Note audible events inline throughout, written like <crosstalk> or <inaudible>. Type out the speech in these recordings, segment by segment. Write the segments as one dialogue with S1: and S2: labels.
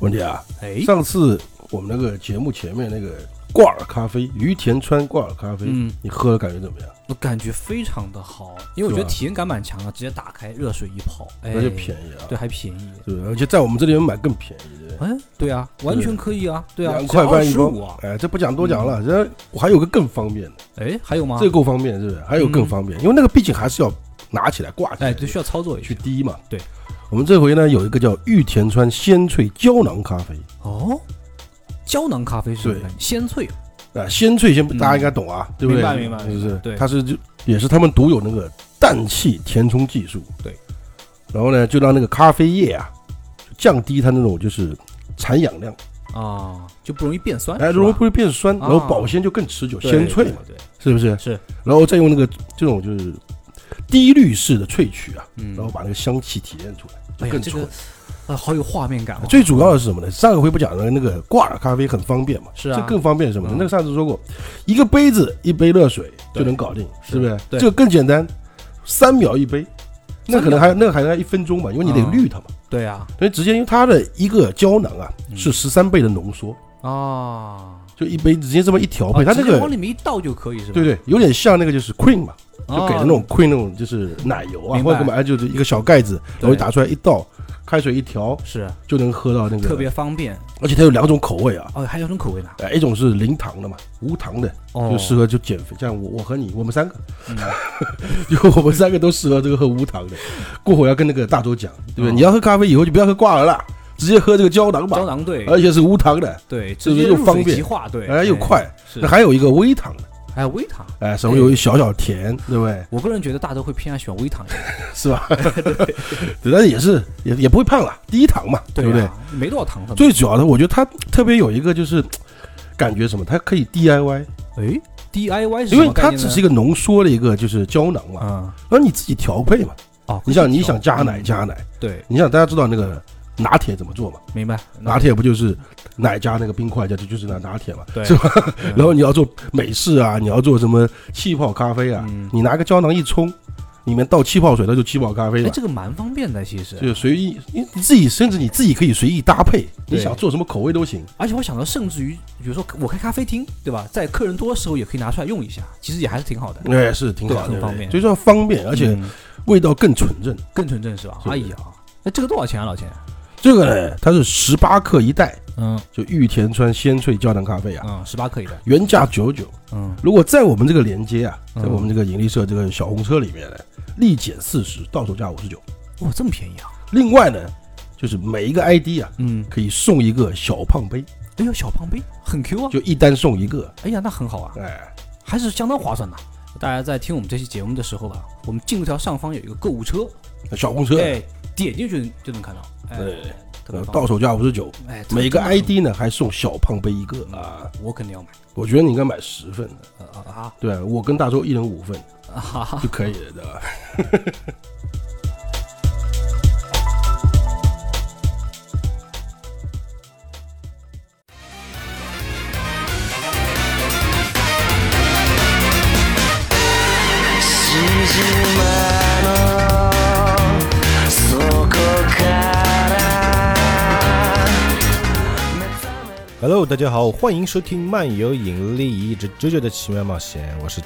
S1: 文姐啊，
S2: 哎，
S1: 上次我们那个节目前面那个挂耳咖啡，于田川挂耳咖啡，
S2: 嗯
S1: 你喝了感觉怎么样？
S2: 我感觉非常的好，因为我觉
S1: 是
S2: 得
S1: 吧
S2: 体验感蛮强的，直接打开热水一泡，哎，
S1: 那就便宜啊，
S2: 对，还便宜。
S1: 对吧，而且在我们这里买更便宜，对不对
S2: 哎，对啊，完全可以啊，对啊，
S1: 两块半一
S2: 十五
S1: 包
S2: 啊，，
S1: 哎，这不讲多讲了，这我还有个更方便的，
S2: 哎，还有吗
S1: 这？个够方便是不是？还有更方便，因为那个毕竟还是要拿起来挂起来，
S2: 嗯哎，对，需要操作一
S1: 去
S2: 下。
S1: 滴嘛。
S2: 对，
S1: 我们这回呢有一个叫玉田川鲜萃胶囊咖啡
S2: 哦，胶囊咖啡是什么
S1: 对
S2: 感觉鲜萃，
S1: 啊，鲜萃先
S2: 嗯
S1: 大家应该懂啊，对不对？
S2: 明白明白
S1: 就是
S2: 对
S1: 它是就也是他们独有那个氮气填充技术。
S2: 对，
S1: 然后呢就让那个咖啡液啊降低它那种就是残氧量，
S2: 啊，就不容易变酸，
S1: 哎，
S2: 是
S1: 然后
S2: 吧
S1: 不会变酸，
S2: 啊
S1: 然后保鲜就更持久，
S2: 对
S1: 鲜萃嘛，
S2: 对，对
S1: 是不是？
S2: 是，
S1: 然后再用那个这种就是低滤式的萃取啊，
S2: 嗯
S1: 然后把那个香气体验出来，就
S2: 哎呀
S1: 更，
S2: 这
S1: 纯。
S2: 个啊，好有画面感哦。
S1: 最主要的是什么呢？上个回不讲的那个挂耳咖啡很方便嘛，
S2: 是啊
S1: 这更方便是什么呢？
S2: 嗯
S1: 那个上次说过，一个杯子一杯热水
S2: 对
S1: 就能搞定，
S2: 是
S1: 是不是？
S2: 对
S1: 这个更简单，三秒一杯，那可能还那个还要一分钟吧，因为你得
S2: 嗯
S1: 滤它嘛。
S2: 对啊，
S1: 所以直接，因为它的一个胶囊啊
S2: 嗯
S1: 是十三倍的浓缩，
S2: 啊，
S1: 就一杯直接这么一调配，
S2: 啊
S1: 哦它这
S2: 直接
S1: 个
S2: 往里面一倒就可以是吧？
S1: 对对，有点像那个就是 cream 嘛，
S2: 啊
S1: 就给的那种 cream 那种就是奶油啊
S2: 明白
S1: 或者干嘛，哎就是一个小盖子，然后
S2: 对
S1: 一打出来一倒，开水一调
S2: 是
S1: 就能喝到那个
S2: 特别，方便
S1: 而且它有两种口味啊，
S2: 哦，还有种口味呢，
S1: 哎，一种是零糖的嘛，无糖的，
S2: 哦，
S1: 就适合就减肥。像我，我和你，我们三个， <laughs>
S2: 嗯
S1: 就我们三个都适合这个喝无糖的。过会儿要跟那个大周讲，对不对？
S2: 哦
S1: 你要喝咖啡以后就不要喝挂耳了，直接喝这个胶囊
S2: 胶
S1: 吧，<laughs>
S2: 囊对
S1: 而且是无糖的，
S2: 对，
S1: 是
S2: 直
S1: 不是
S2: 接
S1: 又
S2: 入
S1: 方
S2: 水
S1: 便
S2: 即化，对，
S1: 哎，又
S2: 哎
S1: 快。
S2: 是
S1: 那，还有一个微糖的，
S2: 还有微糖。
S1: 哎，稍微有一小小甜，对不对？
S2: 我个人觉得大家都会偏爱喜欢微糖一点，
S1: 是吧？ <laughs> 对，但是也是也也不会胖了，低糖嘛，对不对？
S2: 啊？没多少糖分嘛。
S1: 最主要的，我觉得它特别有一个就是感觉什么，它可以 DIY，
S2: 哎，DIY 是
S1: 因
S2: 什
S1: 为
S2: 么概
S1: 它
S2: 念
S1: 只
S2: 呢
S1: 是一个浓缩的一个就是胶囊嘛，
S2: 啊
S1: 然后你自己调配嘛。
S2: 哦，
S1: 你
S2: 可以
S1: 想，你
S2: 调
S1: 想加奶
S2: 嗯
S1: 加奶，
S2: 对，
S1: 你想大家知道那个拿铁怎么做嘛？
S2: 明白
S1: 拿铁不就是奶加那个冰块加，就就是拿拿铁嘛。
S2: 对
S1: 是吧？
S2: 嗯
S1: 然后你要做美式啊，你要做什么气泡咖啡啊
S2: 嗯，
S1: 你拿个胶囊一冲，里面倒气泡水，那就气泡咖啡
S2: 哎，
S1: 了。
S2: 这个蛮方便的，其实。
S1: 就随意，你你自己甚至你自己可以随意搭配，你
S2: 对
S1: 想做什么口味都行。
S2: 而且我想到，甚至于比如说我开咖啡厅，对吧？在客人多的时候也可以拿出来用一下，其实也还是挺好的，
S1: 哎，是挺好的，
S2: 对很
S1: 对不
S2: 方
S1: 对
S2: 便
S1: 所以说方便，而且
S2: 嗯
S1: 味道更纯正。
S2: 更纯正是吧？
S1: 是
S2: 哎呀，那这个多少钱啊，老钱？
S1: 这个呢，它是十八克一袋，
S2: 嗯
S1: 就玉田川鲜萃胶囊咖啡啊，
S2: 嗯，十八克一的，
S1: 原价九九，
S2: 嗯，
S1: 如果在我们这个连接啊，在
S2: 嗯
S1: 我们这个盈利社这个小红车里面呢，立减四十，到手价五十九。
S2: 哇，这么便宜啊！
S1: 另外呢，就是每一个 ID 啊，
S2: 嗯，
S1: 可以送一个小胖杯，
S2: 哎呦，小胖杯很 Q 啊！
S1: 就一单送一个。
S2: 哎呀，那很好啊，
S1: 哎，
S2: 还是相当划算的。大家在听我们这期节目的时候啊，我们进度条上方有一个购物车，
S1: 小红车，
S2: 哎，点进去就能看到，哎，
S1: 对
S2: 特别
S1: 呃
S2: 棒
S1: 到手价五十九，
S2: 哎，特别
S1: 每个
S2: 棒
S1: ID 呢还送小胖杯一个啊。
S2: 我肯定要买，
S1: 我觉得你应该买十份，
S2: 呃啊
S1: 对啊我跟大周一人五份
S2: 啊啊哈哈，
S1: 就可以了，对吧？
S3: 新島の底から」
S4: Hello，大家好，欢迎收听《漫游引力一直九九的奇妙冒险》，我是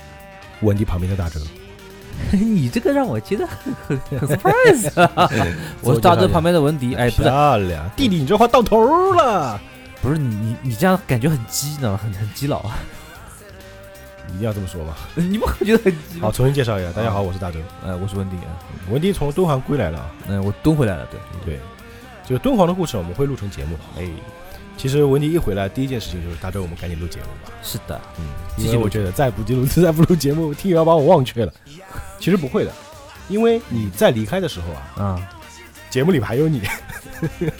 S4: 文迪旁边的大周。
S2: <laughs> 你这个让我觉得很 <laughs> 很很 surprise 啊！ <laughs> 我是大哥旁边的文迪，哎，
S1: 啊
S2: 不是
S4: 漂亮，弟弟，你这话到头了，
S5: 不是你你你这样感觉很鸡，你知道吗？很很基佬
S2: <laughs>
S5: 啊！
S4: 一定要这么说吗？
S5: 你不觉得很鸡
S4: 好，
S5: 吗？
S4: 重新介绍一下，大家好，我是大周。
S2: 哎
S5: 呃，我是温迪啊，
S2: 嗯
S4: 文迪从敦煌归来了啊，
S5: 嗯、我蹲回来了，对，
S4: 对，这个敦煌的故事我们会录成节目的。哎，其实文迪一回来，第一件事情就是大周，我们赶紧录节目吧。
S5: 是的，
S4: 嗯，
S5: 继
S4: 因
S5: 续
S4: 为
S5: 录
S4: 我觉得再不录，再不录节目，听友要把我忘却 <laughs> 了。其实不会的，因为你在离开的时候啊，
S5: 啊、
S4: 节目里还有你，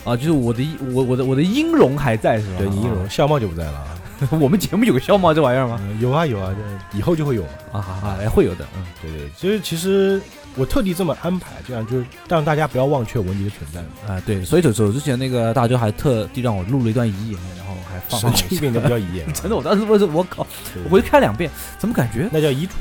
S5: 啊，就是我的我我的我的音容还在是吧？
S2: 啊
S4: 对你音容相貌就不在了啊。
S2: <laughs>
S5: 容，我们节目有个笑吗？这玩意儿吗？
S4: 嗯有啊有啊，这以后就会有嘛。
S5: 啊啊，哎会有的，嗯，
S4: 对对，就是其实我特地这么安排，这样就是让大家不要忘却文迪的存在。
S5: 啊对，所以走走之前那个大周还特地让我录了一段遗言，然后还放
S4: 神
S5: 了一
S4: 经
S5: 下。
S4: 病都不叫遗言啊，
S5: 真的，我当时我说我靠，我回去看两遍，怎么感觉
S4: 那叫遗嘱。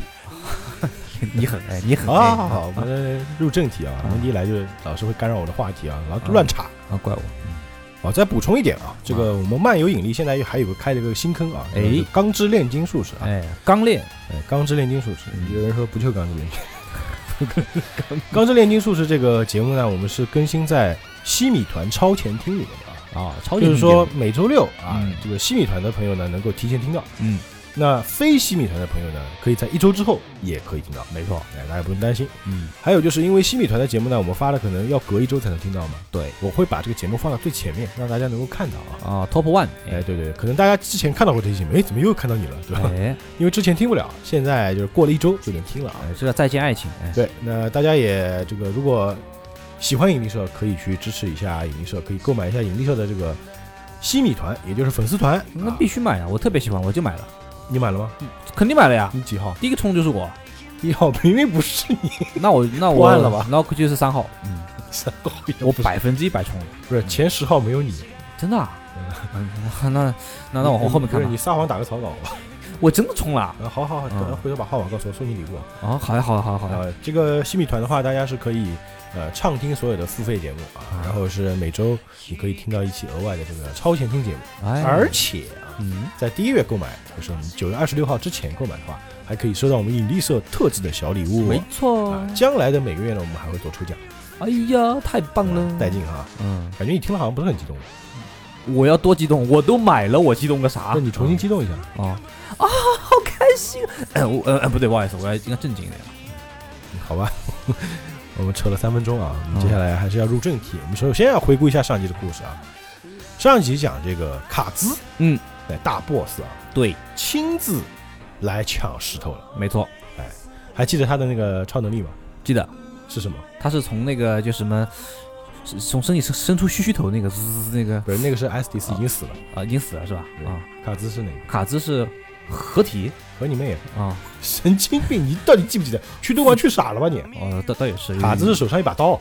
S2: 你狠哎，你狠
S1: 好
S2: 哎
S1: 好好啊好，我们入正题啊，文迪一来就是老是会干扰我的话题啊，老乱插。
S2: 啊，怪我
S1: 啊，再补充一点啊，这个我们漫游引力现在还有个开了个新坑啊，
S2: 哎
S1: 就是钢之炼金术士啊，
S2: 哎，刚练
S1: 哎，钢之炼金术士，有人说不就钢之炼金， <laughs> 钢之炼金术士这个节目呢，我们是更新在西米团超前听里面的啊，
S2: 啊，超级
S1: 就是
S2: 经典
S1: 说每周六啊，
S2: 嗯
S1: 这个西米团的朋友呢能够提前听到，
S2: 嗯，
S1: 那非西米团的朋友呢，可以在一周之后也可以听到，没错，哎，大家不用担心。
S2: 嗯，
S1: 还有就是因为西米团的节目呢，我们发了可能要隔一周才能听到嘛，
S2: 对
S1: 我会把这个节目放到最前面，让大家能够看到啊。
S2: 啊，Top One，
S1: 哎，对对，可能大家之前看到过这期节目，哎，怎么又看到你了，对吧？
S2: 哎，
S1: 因为之前听不了，现在就是过了一周就能听了啊。
S2: 哎这叫再见爱情，哎，
S1: 对，那大家也这个如果喜欢引力社，可以去支持一下引力社，可以购买一下引力社的这个西米团，也就是粉丝团。
S2: 那
S1: 啊
S2: 必须买啊，我特别喜欢，我就买了，
S1: 你买了吗？
S2: 肯定买了呀，
S1: 你几号？
S2: 第一个冲就是我，
S1: 一号明明不是你，
S2: 那我
S1: 破
S2: 那我
S1: 案了吧
S2: 那就是三号，
S1: 三号
S2: 我百分之一百冲了，
S1: 不是前十号没有你。
S2: 真的啊，嗯那那那往后后
S1: 不
S2: 面看
S1: 是
S2: 吧
S1: 你，撒谎打个草稿吧。
S2: 我真的冲了
S1: 啊，好好好，等
S2: 嗯
S1: 回头把号码告诉我，送你礼物啊。
S2: 啊，好呀好呀好呀好呀，
S1: 呃，这个西米团的话，大家是可以呃畅听所有的付费节目啊，然后是每周你可以听到一期额外的这个超前听节目，
S2: 哎，
S1: 而且啊，
S2: 嗯，
S1: 在第一月购买，就是我们九月二十六号之前购买的话，还可以收到我们引力社特制的小礼物。
S2: 没错，
S1: 啊，将来的每个月呢，我们还会做抽奖，
S2: 哎呀，太棒了，
S1: 带劲哈！
S2: 嗯，
S1: 感觉你听了好像不是很激动，
S2: 我要多激动，我都买了，我激动个啥
S1: 那？你重新激动一下。
S2: 哦啊，好开心！ <coughs> 哎，我呃呃不对，不好意思，我要应该正经一点。
S1: 好吧， <laughs> 我们扯了三分钟啊，
S2: 嗯
S1: 我们接下来还是要入正题。我们首先要回顾一下上集的故事啊。上一集讲这个卡兹，
S2: 嗯，
S1: 哎，大 boss 啊，
S2: 对，
S1: 亲自来抢石头了。
S2: 没错，
S1: 还记得他的那个超能力吗？
S2: 记得
S1: 是什么？
S2: 他是从那个就什么，是从身体伸伸出须须头那个滋滋滋那个
S1: 不是，那个是 S D 斯已经死了，
S2: 啊，已经死了是吧？啊，
S1: 卡兹是哪个？
S2: 卡兹是合体
S1: 和你妹！
S2: 啊，
S1: <laughs> 神经病！你到底记不记得？去东莞去傻了吧你？
S2: 哦，倒倒也是
S1: 卡兹是手上一把刀，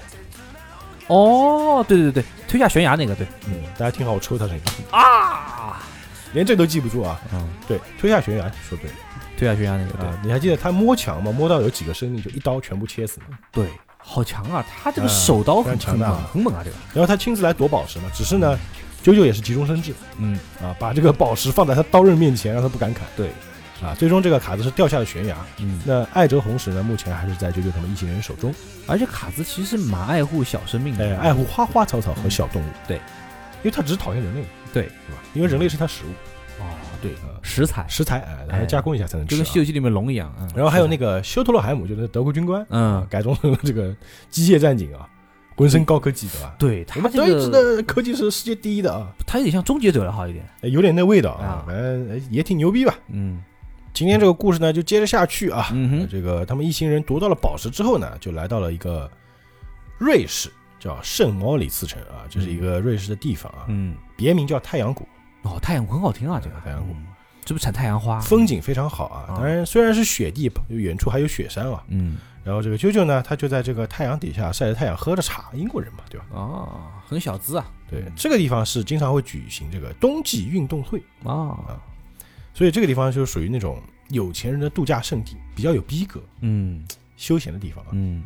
S2: 哦，对对对，推下悬崖那个对
S1: 嗯，大家听好，我抽他声音，
S2: 啊，
S1: 连这都记不住啊。
S2: 嗯，
S1: 对，推下悬崖，说对了
S2: 推下悬崖那个对
S1: 啊。你还记得他摸墙吗？摸到有几个生命就一刀全部切死吗？
S2: 对，好强啊！他这
S1: 嗯
S2: 个手刀
S1: 非
S2: 很
S1: 常强
S2: 很
S1: 大
S2: 猛很猛啊，这个
S1: 然后他亲自来夺宝石嘛。只是呢，啾啾也是急中生智
S2: 嗯，
S1: 啊，把这个宝石放在他刀刃面前，让他不敢砍。
S2: 对，
S1: 啊，最终这个卡兹是掉下了悬崖。
S2: 嗯，
S1: 那艾哲红石呢，目前还是在啾啾他们一行人手中，
S2: 而且卡兹其实蛮爱护小生命
S1: 哎，
S2: 的，
S1: 爱护花花草草和小动物。
S2: 嗯对，
S1: 因为他只是讨厌人类，
S2: 对
S1: 是吧？因为人类是他食物，
S2: 哦，
S1: 对，啊，
S2: 食材
S1: 食材哎，他要加工一下才能吃
S2: 就跟
S1: 啊。
S2: 《西游记》里面龙一样，嗯，
S1: 然后还有那个修特洛海姆，就是德国军官，
S2: 嗯，
S1: 改装成了这个机械战警啊，浑身高科技，对吧？
S2: 对
S1: 我
S2: 他
S1: 们
S2: 这
S1: 德意志
S2: 个
S1: 的科技是世界第一的啊，
S2: 他有点像终结者了，好一点，
S1: 哎有点那味道啊
S2: 啊，
S1: 反正哎也挺牛逼吧。
S2: 嗯
S1: 今天这个故事呢，就接着下去啊。
S2: 嗯哼，
S1: 这个他们一行人夺到了宝石之后呢，就来到了一个瑞士，叫圣毛里茨城啊，这是一个瑞士的地方啊，
S2: 嗯，
S1: 别名叫太阳谷，
S2: 哦，太阳谷很好听啊，这个
S1: 太阳谷
S2: 嗯是不是产太阳花？
S1: 风景非常好啊。
S2: 啊
S1: 当然，虽然是雪地，远处还有雪山啊。
S2: 嗯
S1: 然后这个啾啾呢，他就在这个太阳底下晒着太阳，喝着茶，英国人嘛，对吧？
S2: 哦，很小资啊，
S1: 对，这个地方是经常会举行这个冬季运动会，
S2: 啊，
S1: 所以这个地方就属于那种有钱人的度假胜地，比较有逼格、
S2: 嗯
S1: 休闲的地方啊。
S2: 嗯，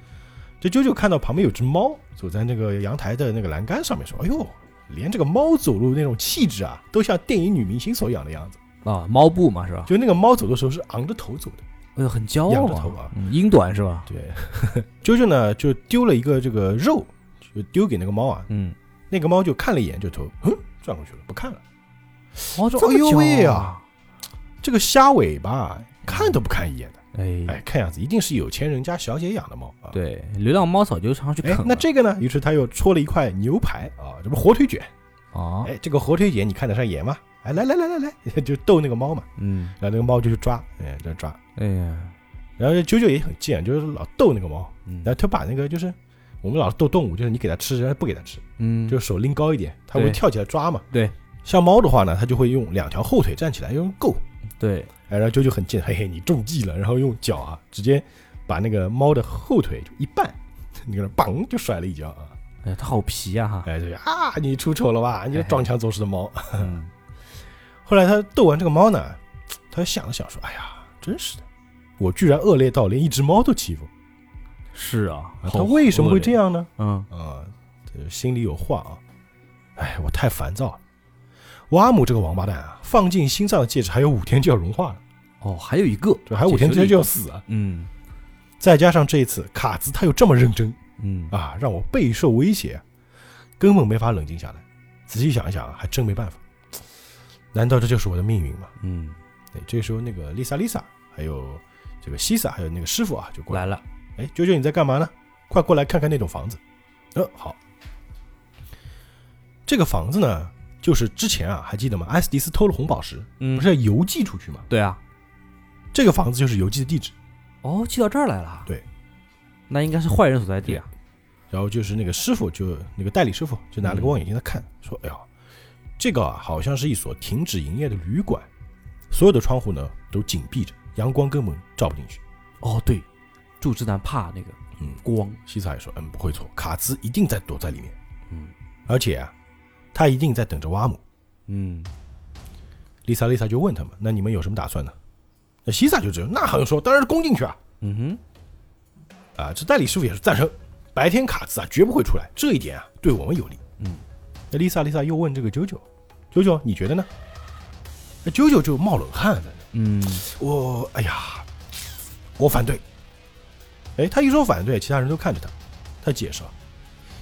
S1: 这啾啾看到旁边有只猫走在那个阳台的那个栏杆上面，说：“哎呦，连这个猫走路那种气质啊，都像电影女明星所养的样子。
S2: 啊，猫步嘛是吧？
S1: 就那个猫走的时候是昂着头走的。
S2: 哎呦，很骄
S1: 仰
S2: 傲
S1: 着头啊
S2: 嗯英短是吧”？
S1: 对， <laughs> 啾啾呢就丢了一个这个肉，就丢给那个猫啊。
S2: 嗯，
S1: 那个猫就看了一眼，就头嗯转过去了，不看了。
S2: 哦，这
S1: 这么
S2: 哎呦
S1: 骄
S2: 喂
S1: 傲啊，这个瞎尾巴看都不看一眼的，哎
S2: 哎，，
S1: 看样子一定是有钱人家小姐养的猫啊。。
S2: 对，流浪猫早就常常去
S1: 哎
S2: 啃，了，
S1: 那这个呢？于是他又戳了一块牛排啊，这不火腿卷，
S2: 啊，
S1: 哎，这个火腿姐你看得上眼吗？哎，来来来来来， <laughs> 就逗那个猫嘛，
S2: 嗯，
S1: 然后那个猫就去抓，哎，就抓，
S2: 哎呀，
S1: 然后这啾啾也很贱，就是老逗那个猫，
S2: 嗯
S1: 然后他把那个就是我们老是逗动物，就是你给它吃，然后不给它吃，
S2: 嗯，
S1: 就是手拎高一点，它会
S2: 对
S1: 跳起来抓嘛。
S2: 对，
S1: 像猫的话呢，它就会用两条后腿站起来，用够，
S2: 对，
S1: 哎，然后啾啾很贱，嘿嘿，你中计了，然后用脚啊，直接把那个猫的后腿就一绊， <laughs> 你看，梆就甩了一跤啊，
S2: 哎呀，它好皮呀哈，
S1: 哎，就是啊，你出丑了吧，你这撞墙走失的猫。
S2: 嗯 <laughs>
S1: 后来他逗完这个猫呢，他想了想说：“哎呀，真是的，我居然恶劣到连一只猫都欺负，
S5: 是啊，
S1: 啊他为什么会这？样呢？
S5: 嗯，
S1: 啊，这心里有话啊。哎，我太烦躁了。我阿姆这个王八蛋啊，放进心脏的戒指还有五天就要融化了，
S5: 哦，还有一个，
S1: 对，还有五天之内就要死啊。
S5: 嗯
S1: 再加上这一次卡兹他又这么认真
S5: 嗯，
S1: 啊，让我备受威胁，啊根本没法冷静下来。仔细想一想啊，还真没办法。难道这就是我的命运吗？
S5: 嗯，
S1: 哎，这时候那个丽莎丽莎，还有这个西萨，还有那个师傅啊，就过来
S2: 来了，
S1: 哎，啾啾你在干嘛呢？快过来看看那栋房子。嗯，好。这个房子呢，就是之前啊，还记得吗？埃斯迪斯偷了红宝石，
S5: 嗯
S1: 不是要邮寄出去吗？
S5: 对啊，
S1: 这个房子就是邮寄的地址，
S5: 哦，寄到这儿来了，
S1: 对，
S2: 那应该是坏人所在地啊。
S1: 然后就是那个师傅就那个代理师傅就拿了个望远镜在看，说：“哎呀，这个啊，好像是一所停止营业的旅馆，所有的窗户呢都紧闭着，阳光根本照不进去。
S5: 哦对，祝之男怕那个
S1: 嗯
S5: 光，”
S1: 西萨也说：“嗯，不会错，卡兹一定在躲在里面，
S5: 嗯
S1: 而且啊，他一定在等着挖姆。”
S5: 嗯，
S1: 丽萨丽萨就问他们：“那你们有什么打算呢？”那西萨就只有那好像说：“当然是攻进去啊
S5: 嗯哼，！”
S1: 啊，这代理师傅也是赞成，白天卡兹啊绝不会出来，这一点啊对我们有利。
S5: 嗯，
S1: 那丽萨丽萨又问这个九九，九九你觉得呢？那九九就冒冷汗在那
S5: 嗯，
S1: 我哎呀，我反对。哎，他一说反对，其他人都看着他。他解释啊，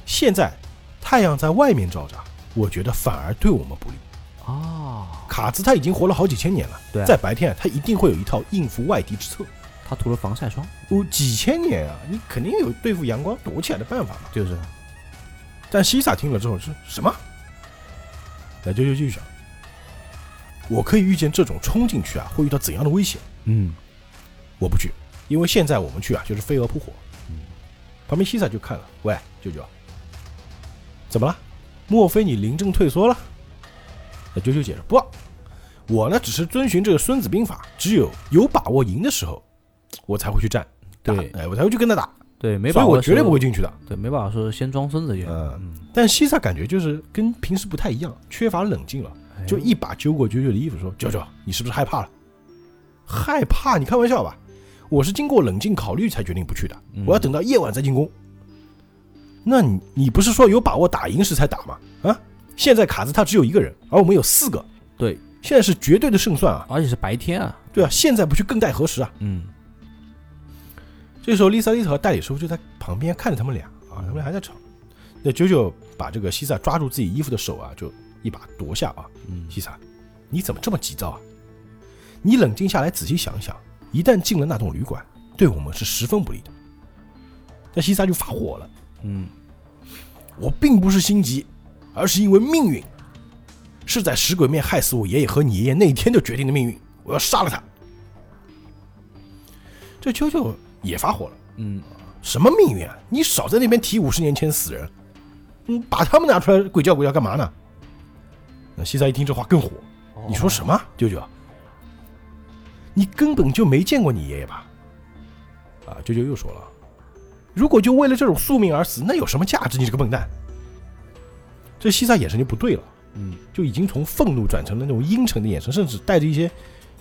S1: 现在太阳在外面照着，我觉得反而对我们不利。
S5: 啊，
S1: 卡兹他已经活了好几千年了，
S5: 对啊
S1: 在白天啊他一定会有一套应付外敌之策。
S5: 他涂了防晒霜，
S1: 哦，几千年啊，你肯定有对付阳光躲起来的办法嘛。
S5: 就是，
S1: 但西萨听了之后是什么？那就就继续想，我可以预见这种冲进去啊会遇到怎样的危险，
S5: 嗯
S1: 我不去，因为现在我们去啊就是飞蛾扑火。
S5: 嗯
S1: 旁边西萨就看了，喂，舅舅，怎么了？莫非你临阵退缩了？那啾啾解释不，我呢只是遵循这个《孙子兵法》，只有有把握赢的时候，我才会去战，打
S5: 对
S1: 哎，我才会去跟他打，
S2: 对，没
S1: 所
S2: 把
S1: 以
S2: 握
S1: 我
S2: 的时
S1: 绝
S2: 候，
S1: 对不会进去的。
S2: 对，没把握说先装孙子去。
S1: 嗯，但西萨感觉就是跟平时不太一样，缺乏冷静了，
S5: 哎
S1: 就一把揪过啾啾的衣服说：“啾啾，你是不是害怕了？害怕？你开玩笑吧？我是经过冷静考虑才决定不去的，我要等到夜晚再进攻。那你你不是说有把握打赢时才打吗？啊，现在卡兹他只有一个人，而我们有四个，
S5: 对，
S1: 现在是绝对的胜算啊！
S5: 而且是白天啊，
S1: 对啊，现在不去更待何时啊？
S5: 嗯
S1: 这时候，丽萨、丽萨和代理师傅就在旁边看着他们俩啊，他们俩还在吵。那九九把这个西萨抓住自己衣服的手啊，就一把夺下啊。
S5: 嗯
S1: 西萨，你怎么这么急躁啊？你冷静下来仔细想一想，一旦进了那栋旅馆，对我们是十分不利的。那西萨就发火了，
S5: 嗯，
S1: 我并不是心急，而是因为命运，是在食鬼面害死我爷爷和你爷爷那一天就决定的命运，我要杀了他。这啾啾也发火了。
S5: 嗯
S1: 什么命运啊？你少在那边提五十年前死人，嗯，把他们拿出来鬼叫鬼叫干嘛呢？那西萨一听这话更火，
S5: 哦
S1: 你说什么，舅舅？你根本就没见过你爷爷吧？啊，舅舅又说了，如果就为了这种宿命而死，那有什么价值？你这个笨蛋！这西萨眼神就不对了，
S5: 嗯，
S1: 就已经从愤怒转成了那种阴沉的眼神，甚至带着一些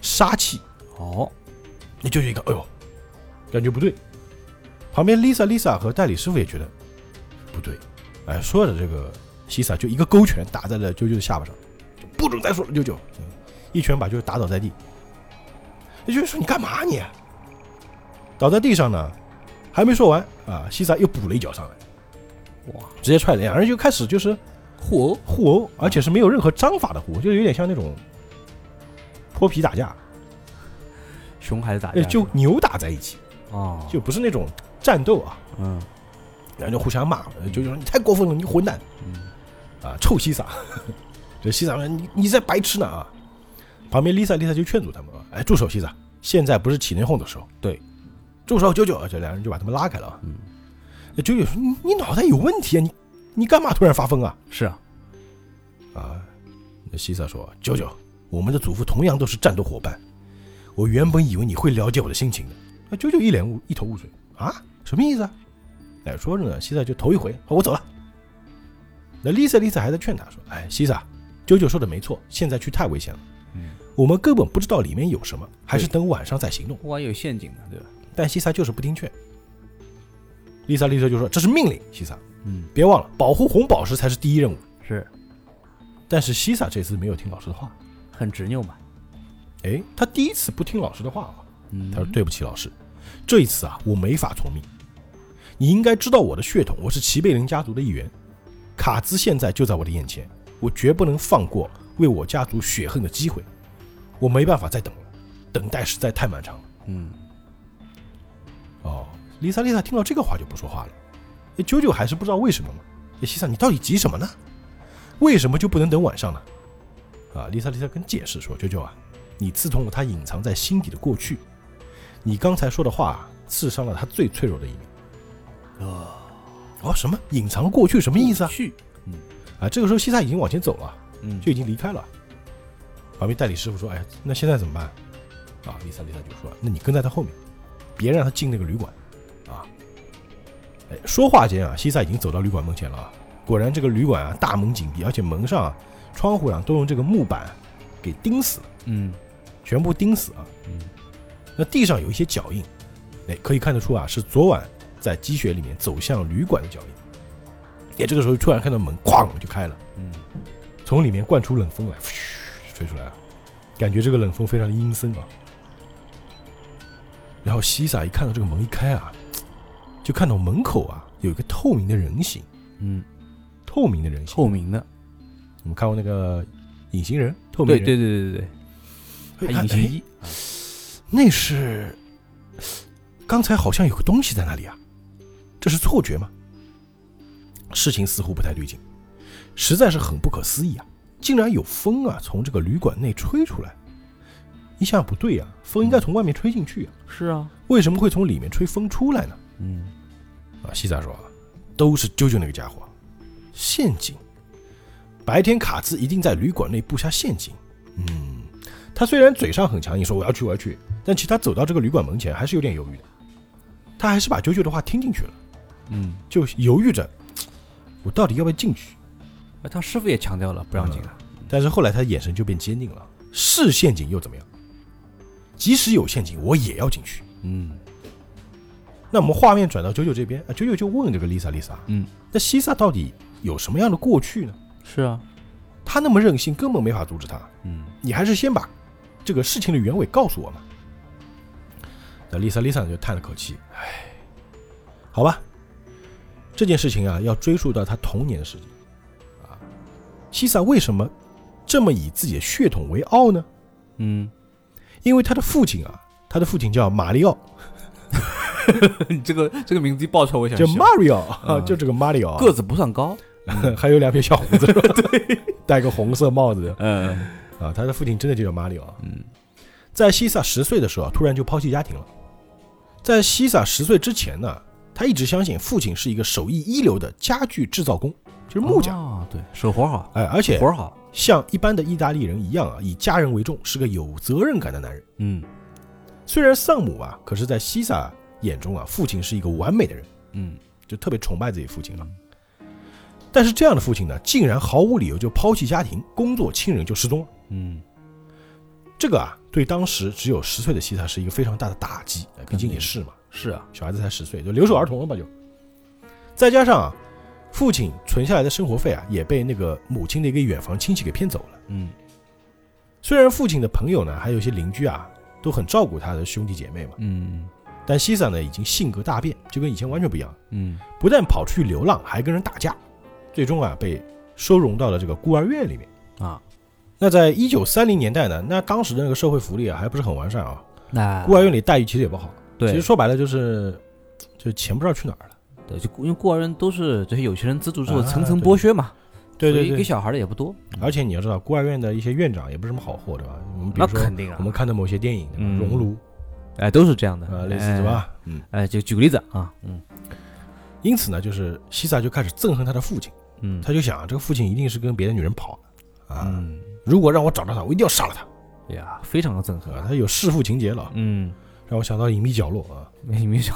S1: 杀气。
S5: 哦，
S1: 那就是一个，哎呦，感觉不对。旁边 Lisa Lisa 和代理师傅也觉得不对，哎，说着这个西萨就一个勾拳打在了啾啾的下巴上，就不准再说了，啾啾，嗯一拳把啾啾打倒在地。那啾啾说你干嘛你？倒在地上呢，还没说完啊，西萨又补了一脚上来，
S5: 哇，
S1: 直接踹了，两人就开始就是
S5: 互殴，
S1: 互殴，而且是没有任何章法的互殴，就是有点像那种泼皮打架，
S5: 熊孩子打
S1: 哎
S5: 架，
S1: 就扭打在一起。
S5: 哦，
S1: 就不是那种战斗啊，
S5: 嗯
S1: 然后就互相骂，就就说你太过分了，你混蛋
S5: 嗯
S1: 啊，臭西萨， <laughs> 这西萨说你你在白痴呢啊！旁边 Lisa Lisa 就劝阻他们啊，哎，住手，西萨，现在不是起内讧的时候，
S5: 对，
S1: 住手，九九，这两人就把他们拉开了啊。
S5: 嗯，
S1: 那九九说你你脑袋有问题啊，你你干嘛突然发疯啊？
S5: 是啊，
S1: 啊，那西萨说：“九九，我们的祖父同样都是战斗伙伴。我原本以为你会了解我的心情的。”那九九一脸雾，一头雾水啊，什么意思啊？哎，说着呢，西萨就头一回，好，我走了。那丽萨丽萨还在劝他说：“哎，西萨，九九说的没错，现在去太危险了。
S5: 嗯
S1: 我们根本不知道里面有什么，还是等晚上再行动。
S5: 万一有陷阱呢，对吧？
S1: 但西萨就是不听劝。丽萨立刻就说：“这是命令，西萨，
S5: 嗯，
S1: 别忘了保护红宝石才是第一任务。
S5: 是”
S1: 但是西萨这次没有听老师的话，
S5: 很执拗嘛。
S1: 哎，他第一次不听老师的话了。
S5: 嗯
S1: 他说：“对不起，老师，这一次啊，我没法从命。你应该知道我的血统，我是齐贝林家族的一员。卡兹现在就在我的眼前，我绝不能放过为我家族雪恨的机会。我没办法再等了，等待实在太漫长了。”
S5: 嗯，
S1: 哦，丽萨丽萨听到这个话就不说话了。诶啾啾还是不知道为什么嘛。诶西萨，你到底急什么呢？为什么就不能等晚上呢？啊，丽萨丽萨跟解释说，啾啾啊，你刺痛了他隐藏在心底的过去，你刚才说的话刺伤了他最脆弱的一面。哦，什么隐藏过去什么意思啊？
S5: 去，
S1: 啊，这个时候西萨已经往前走了，
S5: 嗯，
S1: 就已经离开了。旁边代理师傅说：“哎，那现在怎么办？”啊，丽萨丽萨就说：“那你跟在他后面，别让他进那个旅馆。”啊，哎，说话间啊，西萨已经走到旅馆门前了啊。果然，这个旅馆啊，大门紧闭，而且门上、啊、窗户上都用这个木板给钉死了，
S5: 嗯
S1: 全部钉死啊。
S5: 嗯，
S1: 那地上有一些脚印，哎，可以看得出啊，是昨晚在积雪里面走向旅馆的脚印。哎，这个时候突然看到门哐就开了。
S5: 嗯，
S1: 从里面灌出冷风来，吹出来啊，感觉这个冷风非常的阴森啊。然后西萨一看到这个门一开啊，就看到门口啊有一个透明的人形，
S5: 嗯，
S1: 透明的人形。
S5: 透明的，
S1: 我们看过那个隐形人，透明
S5: 对
S1: 人，
S5: 对对对对
S1: 哎
S5: 对，还隐形，
S1: 哎
S5: 衣，
S1: 那是刚才好像有个东西在那里啊，这是错觉吗？事情似乎不太对劲，实在是很不可思议啊！竟然有风啊从这个旅馆内吹出来，一下不对啊，风应该从外面吹进去啊，
S5: 是啊，
S1: 为什么会从里面吹风出来呢？
S5: 嗯，
S1: 啊，西仔说啊，都是啾啾那个家伙，陷阱。白天卡兹一定在旅馆内布下陷阱。嗯，他虽然嘴上很强硬，说我要去，我要去，但其实他走到这个旅馆门前还是有点犹豫的。他还是把啾啾的话听进去了，
S5: 嗯，
S1: 就犹豫着，我到底要不要进去？
S5: 哎他师傅也强调了不让啊进来，
S1: 但是后来他眼神就变坚定了，是陷阱又怎么样？即使有陷阱，我也要进去。
S5: 嗯
S1: 那我们画面转到九九这边，啊，九九就问这个 Lisa Lisa，
S5: 嗯，
S1: 那西萨到底有什么样的过去呢？
S5: 是啊，
S1: 他那么任性，根本没法阻止他。
S5: 嗯
S1: 你还是先把这个事情的原委告诉我嘛。那丽萨丽萨就叹了口气，唉，好吧，这件事情啊，要追溯到他童年的事情啊。西萨为什么这么以自己的血统为傲呢？
S5: 嗯，
S1: 因为他的父亲啊，他的父亲叫马里奥，
S5: 你这个这个名字一报出来，我想
S1: 叫
S5: 笑
S1: Mario，啊
S5: 嗯
S1: <laughs> 就这个 Mario，啊
S5: 个子不算高，
S1: <laughs> 还有两撇小胡子，是吧戴个红色帽子
S5: 嗯
S1: 啊。他的父亲真的就叫马里奥啊。
S5: 嗯
S1: 在西萨十岁的时候，啊突然就抛弃家庭了。在西萨十岁之前呢，他一直相信父亲是一个手艺一流的家具制造工，就是木
S2: 哦
S1: 匠。
S5: 啊，对手活好，
S1: 哎，而且
S5: 活好，
S1: 像一般的意大利人一样啊，以家人为重，是个有责任感的男人。
S5: 嗯
S1: 虽然丧母啊，可是，在西萨眼中啊，父亲是一个完美的人，
S5: 嗯
S1: 就特别崇拜自己父亲了。但是这样的父亲呢，竟然毫无理由就抛弃家庭、工作、亲人就失踪了。
S5: 嗯，
S1: 这个啊，对当时只有十岁的西萨是一个非常大的打击，哎毕竟也是嘛。
S5: 是啊，
S1: 小孩子才十岁，就留守儿童了吧就。再加上、啊、父亲存下来的生活费啊，也被那个母亲的一个远房亲戚给骗走了。
S5: 嗯
S1: 虽然父亲的朋友呢，还有一些邻居啊，都很照顾他的兄弟姐妹嘛，
S5: 嗯
S1: 但西萨呢已经性格大变，就跟以前完全不一样，
S5: 嗯
S1: 不但跑出去流浪，还跟人打架，最终啊被收容到了这个孤儿院里面。
S5: 啊，
S1: 那在一九三零年代呢，那当时的那个社会福利啊还不是很完善啊，
S5: 那
S1: 孤儿院里待遇其实也不好，
S5: 对，
S1: 其实说白了就是，就钱不知道去哪儿了。
S5: 对，就因为孤儿院都是这些有钱人资助之后
S1: 啊
S5: 层层
S1: 对
S5: 剥削嘛，
S1: 对对
S5: 所以
S1: 对，
S5: 给小孩的也不多，
S1: 而且你要知道，孤儿院的一些院长也不是什么好货，对吧？我们比
S5: 那
S1: 如说
S5: 肯定啊
S1: 我，们看的某些电影，对吧
S5: 嗯
S1: 熔炉
S5: 哎，都是这样的，
S1: 啊，类似是吧？嗯，
S5: 哎？哎，就举个例子啊，嗯
S1: 因此呢，就是西萨就开始憎恨他的父亲，
S5: 嗯
S1: 他就想，啊这个父亲一定是跟别的女人跑了啊！
S5: 嗯，
S1: 如果让我找到他，我一定要杀了他
S5: 哎呀，非常的憎恨
S1: 啊！，他有弑父情节了，
S5: 嗯，
S1: 让我想到隐秘角落啊。
S5: 没没想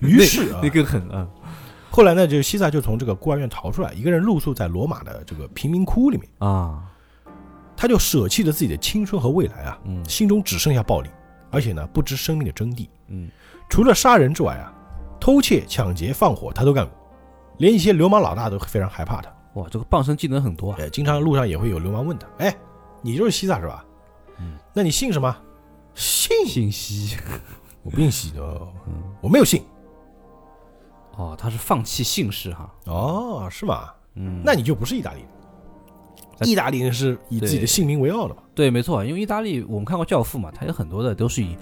S1: 于是啊
S5: 那，更狠啊，
S1: 后来呢，就西萨就从这个孤儿院逃出来，一个人露宿在罗马的这个贫民窟里面。
S5: 啊，
S1: 他就舍弃了自己的青春和未来啊，
S2: 嗯
S1: 心中只剩下暴力，而且呢不知生命的真谛。
S2: 嗯，
S1: 除了杀人之外啊，偷窃、抢劫、放火他都干过，连一些流氓老大都非常害怕他。
S2: 哇，这个傍身技能很多啊，
S1: 呃，经常路上也会有流氓问他：“哎，你就是西萨是吧？
S2: 嗯
S1: 那你姓什么？姓
S2: 信息
S1: 我不姓西的，我没有姓。
S2: 哦，他是放弃姓氏哈，
S1: 哦，是吗？
S2: 嗯，
S1: 那你就不是意大利人。
S2: 那
S1: 意大利人是以自己的
S2: 对
S1: 姓名为傲的嘛，
S2: 对，没错，因为意大利我们看过《教父》嘛，它有很多的都是以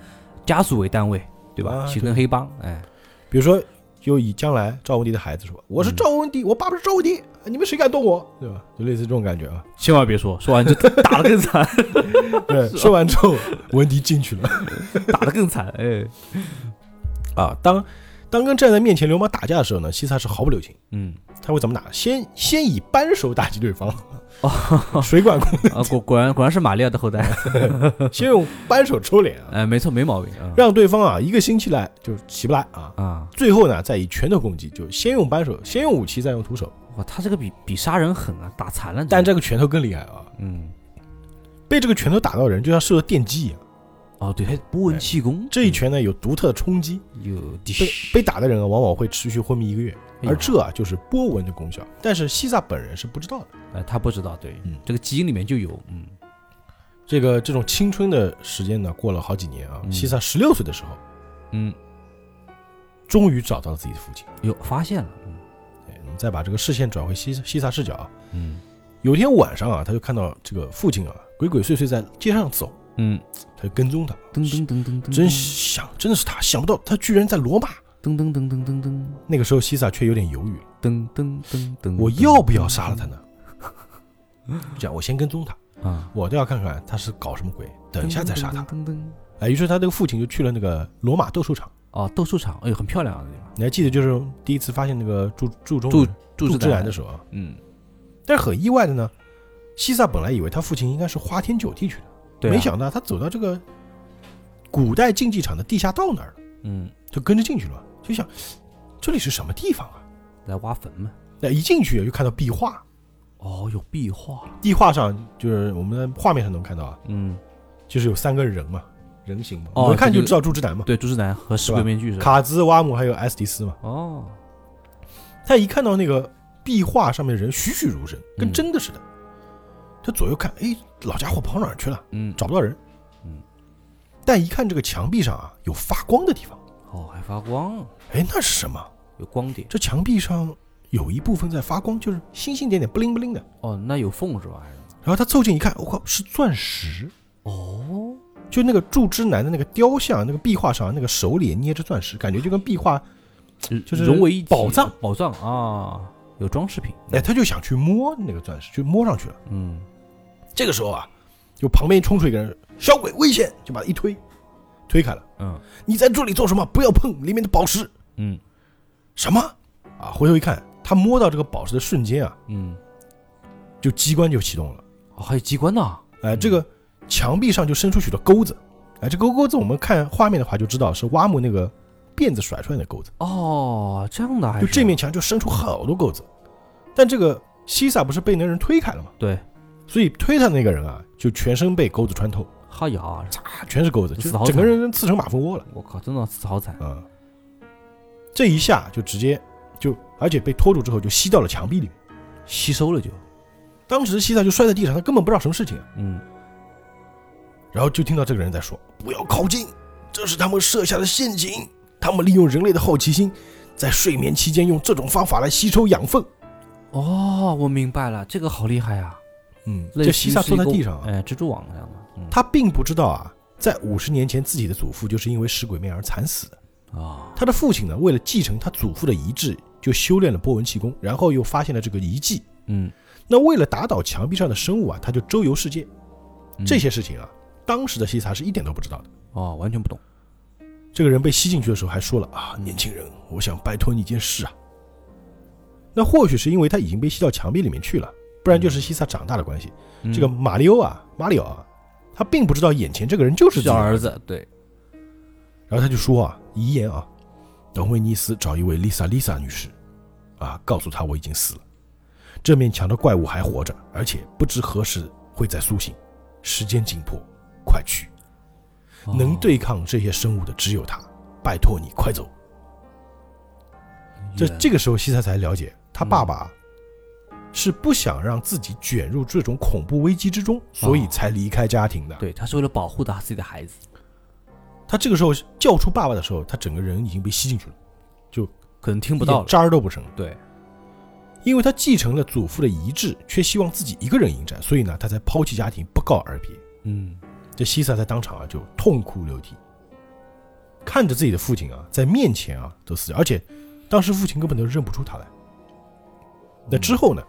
S2: 家族为单位，对吧？
S1: 啊
S2: 形成黑帮，哎，
S1: 比如说，就以将来赵文迪的孩子说：“我
S2: 嗯
S1: 是赵文迪，我爸爸是赵文迪，你们谁敢动我？”对吧？就类似这种感觉啊。
S2: 千万别说，说 <laughs> 完就打得更惨，
S1: <laughs> 对，说完之后，文迪进去了
S2: 打得更惨，哎，
S1: <laughs> 啊。当当跟站在面前流氓打架的时候呢，西萨是毫不留情，
S2: 嗯，
S1: 他会怎么打？先先以扳手打击对方， <laughs> 水管
S2: <laughs>
S1: 工
S2: 啊，果果然果然是马里奥的后代， <laughs>
S1: 先用扳手抽脸啊，
S2: 哎，没错，没毛病啊，
S1: 让对方啊一个星期来就是起不来啊。
S2: 啊，
S1: 最后呢，再以拳头攻击，就先用扳手，先用武器，再用徒手。
S2: 哇，他这个比比杀人狠啊，打残了，
S1: 但这个拳头更厉害啊，
S2: 嗯，
S1: 被这个拳头打到的人就像受了电击一样。
S2: 哦，对，还波纹气功，嗯
S1: 这一拳呢有独特的冲击，
S2: 有地
S1: 被被打的人啊往往会持续昏迷一个月，
S2: 哎呦
S1: 而这啊就是波纹的功效。但是西萨本人是不知道的。
S2: 呃，他不知道，对
S1: 嗯，
S2: 这个基因里面就有，嗯，
S1: 这个这种青春的时间呢，过了好几年啊，
S2: 嗯
S1: 西萨十六岁的时候，
S2: 嗯，
S1: 终于找到了自己的父亲。
S2: 有发现了，嗯
S1: 哎我们再把这个视线转回西西萨视角啊，
S2: 嗯
S1: 有一天晚上啊，他就看到这个父亲啊鬼鬼祟祟在街上走，
S2: 嗯，
S1: 他就跟踪他，
S2: 噔噔噔噔噔，
S1: 真想真的是他，想不到他居然在罗马。
S2: 噔噔噔噔噔噔。
S1: 那个时候西萨却有点犹豫了，
S2: 噔噔噔噔，
S1: 我要不要杀了他呢？这样我先跟踪他，
S2: 他啊？
S1: 我倒要看看他是搞什么鬼，等一下再杀他。
S2: 噔噔噔。
S1: 哎，于是他这个父亲就去了那个罗马斗兽场。
S2: 哦，斗兽场，哎呦，很漂亮啊，这地方。
S1: 你还记得就是第一次发现那个柱柱中
S2: 柱
S1: 人
S2: 柱
S1: 柱
S2: 之
S1: 之男的，时候啊？
S2: 嗯，
S1: 但是很意外的呢，西萨本来以为他父亲应该是花天酒地去的，
S2: 对啊，
S1: 没想到他走到这个古代竞技场的地下道那儿了，
S2: 嗯，
S1: 就跟着进去了，就想这里是什么地方啊？
S2: 来挖坟嘛。
S1: 那一进去就看到壁画，
S2: 哦，有壁画，
S1: 壁画上就是我们在画面上能看到啊，
S2: 嗯，就是
S1: 就是有三个人嘛，人形嘛，
S2: 哦
S1: 我们看
S2: 这
S1: 就
S2: 个
S1: 知道柱之男嘛，
S2: 对，朱之南和石鬼面具是吧？
S1: 卡兹瓦姆还有埃斯蒂斯嘛。
S2: 哦，
S1: 他一看到那个壁画上面的人栩栩如生，跟
S2: 嗯
S1: 真的似的。他左右看，哎，老家伙跑哪儿去了？
S2: 嗯，
S1: 找不到人。
S2: 嗯，
S1: 但一看这个墙壁上啊，有发光的地方。
S2: 哦，还发光，
S1: 哎，那是什么？
S2: 有光点。
S1: 这墙壁上有一部分在发光，就是星星点点、不灵不灵的。
S2: 哦，那有缝是吧？还是
S1: 然后他凑近一看，我、靠，是钻石！
S2: 哦，
S1: 就那个柱之男的那个雕像，那个壁画上那个手里捏着钻石，感觉就跟壁画，就是
S2: 融为一体
S1: 宝藏，
S2: 宝藏啊，有装饰品。
S1: 哎，他就想去摸那个钻石，就摸上去了。
S2: 嗯，
S1: 这个时候啊，就旁边冲出一个人，小鬼危险，就把他一推，推开了。
S2: 嗯，
S1: 你在这里做什么？不要碰里面的宝石。
S2: 嗯，
S1: 什么？啊，回头一看，他摸到这个宝石的瞬间啊，
S2: 嗯，
S1: 就机关就启动了。
S2: 哦，还有机关呢。
S1: 哎、这个墙壁上就伸出许多钩子。哎、这个钩子我们看画面的话就知道是挖木那个辫子甩出来的钩子。
S2: 哦，这样的还
S1: 就是这面墙就伸出好多钩子，但这个西萨不是被那人推开了吗？
S2: 对，
S1: 所以推他那个人啊，就全身被钩子穿透，
S2: 哈呀，
S1: 啊，全是钩子，就
S2: 死好
S1: 整
S2: 惨
S1: 个人刺成马蜂窝了。
S2: 我靠，真的死好惨。
S1: 啊、这一下就直接就，而且被拖住之后就吸到了墙壁里面。
S2: 吸收了就，
S1: 当时西萨就摔在地上，他根本不知道什么事情、啊，
S2: 嗯，
S1: 然后就听到这个人在说：“不要靠近，这是他们设下的陷阱。他们利用人类的好奇心，在睡眠期间用这种方法来吸收养分。
S2: 哦，我明白了，这个好厉害啊！”
S1: 嗯，
S2: 类
S1: 这
S2: 似
S1: 西
S2: 于
S1: 萨
S2: 是
S1: 坐
S2: 一
S1: 在
S2: 个
S1: 地上、啊，
S2: 哎，蜘蛛网这样的，嗯，
S1: 他并不知道啊，在五十年前自己的祖父就是因为食鬼面而惨死的。
S2: 啊，
S1: 他的父亲呢，为了继承他祖父的遗志，就修炼了波纹气功，然后又发现了这个遗迹，
S2: 嗯，
S1: 那为了打倒墙壁上的生物啊，他就周游世界。
S2: 嗯
S1: 这些事情啊，当时的西萨是一点都不知道的。
S2: 哦，完全不懂，
S1: 这个人被吸进去的时候还说了
S2: 嗯
S1: 啊，年轻人，我想拜托你一件事啊。那或许是因为他已经被吸到墙壁里面去了，不然就是西萨长大的关系。
S2: 嗯
S1: 这个马里欧啊，马里奥啊，他并不知道眼前这个人就是
S2: 是
S1: 自己
S2: 啊叫
S1: 的
S2: 儿。子，对，
S1: 然后他就说啊，遗言啊，等威尼斯找一位 Lisa Lisa 女士，啊，告诉她我已经死了，这面墙的怪物还活着，而且不知何时会再苏醒。时间紧迫，快去！
S2: 哦
S1: 能对抗这些生物的只有他，拜托你快走。”这这个时候，西塞才了解，他爸
S2: 嗯
S1: 爸是不想让自己卷入这种恐怖危机之中，所以才离开家庭的。
S2: 哦对，他是为了保护他自己的孩子。
S1: 他这个时候叫出爸爸的时候，他整个人已经被吸进去了，
S2: 可能听不到
S1: 一点
S2: 了。
S1: 渣儿都不剩。
S2: 对，
S1: 因为他继承了祖父的遗志，却希望自己一个人迎战，所以呢，他才抛弃家庭，不告而别。
S2: 嗯，
S1: 这西萨在当场啊就痛哭流涕，看着自己的父亲啊在面前啊都死掉，而且当时父亲根本都认不出他来。那之后呢，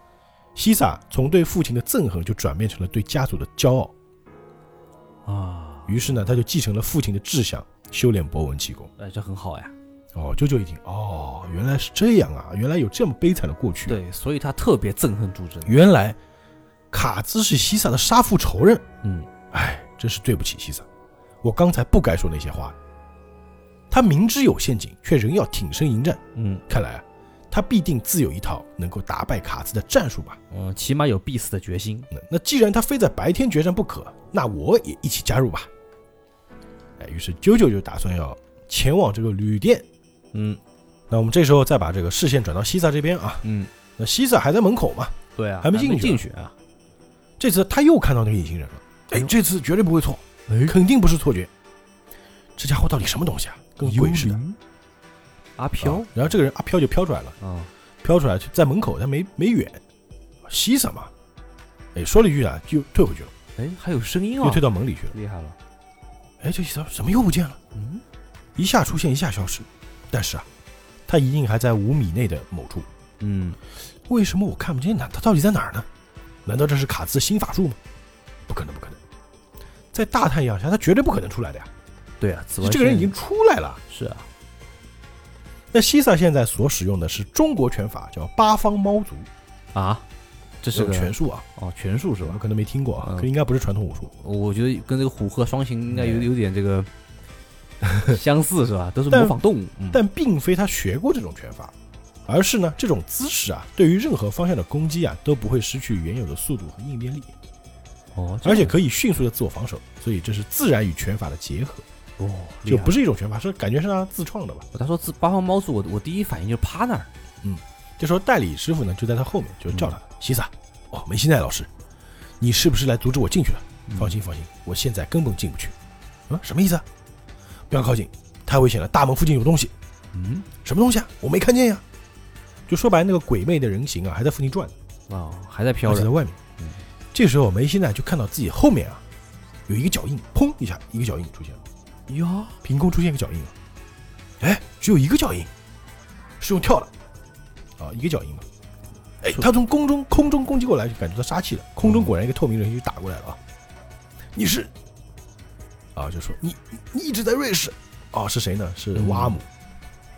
S1: 西萨从对父亲的憎恨就转变成了对家族的骄傲，
S2: 啊，
S1: 于是呢，他就继承了父亲的志向，修炼博文气功。
S2: 哎，这很好呀。
S1: 哦，舅舅一听，哦，原来是这样啊，原来有这么悲惨的过去。，
S2: 对，所以他特别憎恨朱桢。
S1: 原来卡兹是西萨的杀父仇人。
S2: 嗯，
S1: 哎，真是对不起西萨，我刚才不该说那些话。他明知有陷阱，却仍要挺身迎战。
S2: 嗯
S1: 看来啊，他必定自有一套能够打败卡兹的战术吧？
S2: 嗯，起码有必死的决心。
S1: 那那既然他非在白天决战不可，那我也一起加入吧。哎，于是啾啾就打算要前往这个旅店。
S2: 嗯
S1: 那我们这时候再把这个视线转到西萨这边啊，
S2: 嗯，
S1: 那西萨还在门口嘛？
S2: 对啊，
S1: 还没进
S2: 进
S1: 去
S2: 去啊。
S1: 这次他又看到那个隐形人了，哎，这次绝对不会错，肯定不是错觉。这家伙到底什么东西啊？跟鬼似的。
S2: 阿飘
S1: 啊然后这个人啊飘就飘出来了，
S2: 啊，
S1: 飘出来就在门口，他没没远，西萨嘛，哎，说了一句啊，就退回去了，
S2: 哎，还有声音啊
S1: 又，退到门里去了。
S2: 厉害了。
S1: 哎，这西萨怎么又不见了？
S2: 嗯，
S1: 一下出现，一下消失。但是啊，他一定还在五米内的某处。
S2: 嗯，
S1: 为什么我看不见他？他到底在哪儿呢？难道这是卡兹新法术吗？不可能，不可能！在大太阳下，他绝对不可能出来的呀。
S2: 对啊，紫外
S1: 这个人
S2: 线
S1: 已经出来了。
S2: 是啊，
S1: 那西萨现在所使用的是中国拳法，叫八方猫族，
S2: 啊，这
S1: 这
S2: 是个
S1: 拳术啊，
S2: 哦，拳术是
S1: 我们
S2: 吧？
S1: 可能没听过啊，
S2: 嗯
S1: 可应该不是传统武术。
S2: 我觉得跟这个虎鹤双形应该有有点这
S1: <laughs>
S2: 个相似是吧？都是模
S1: 啊但
S2: 仿动物，嗯
S1: 但并非他学过这种拳法，而是呢，这种姿势啊，对于任何方向的攻击啊，都不会失去原有的速度和应变力，
S2: 哦，这
S1: 而且
S2: 样
S1: 可以迅速的自我防守，所以这是自然与拳法的结合，
S2: 哦，
S1: 就不
S2: 是
S1: 是一种拳法，是感觉是他自创的吧。
S2: 他说自八方猫族，我我第一反应就是趴那儿，
S1: 这时候代理师傅呢就在他后面，就叫他西萨，哦，梅西奈老师，你是不是来阻止我进去了？
S2: 嗯
S1: 放心放心，我现在根本进不去。啊，什么意思啊？不要靠近，太危险了，大门附近有东西。
S2: 嗯
S1: 什么东西啊？我没看见呀。就说白了，那个鬼魅的人形啊，还在附近转呢，
S2: 啊，还在飘
S1: 而且在
S2: 着，嗯
S1: 外面。这时候梅西奈就看到自己后面啊有一个脚印，砰一下，一个脚印出现了，
S2: 哟，
S1: 凭空出现一个脚印了。哎，只有一个脚印，是用跳的啊，一个脚印嘛。哎，他从空中空中攻击过来，就感觉到杀气了。空中果然一个透明人形就打过来了啊！你是啊，就说你你你一直在瑞士啊，是谁呢？是瓦姆。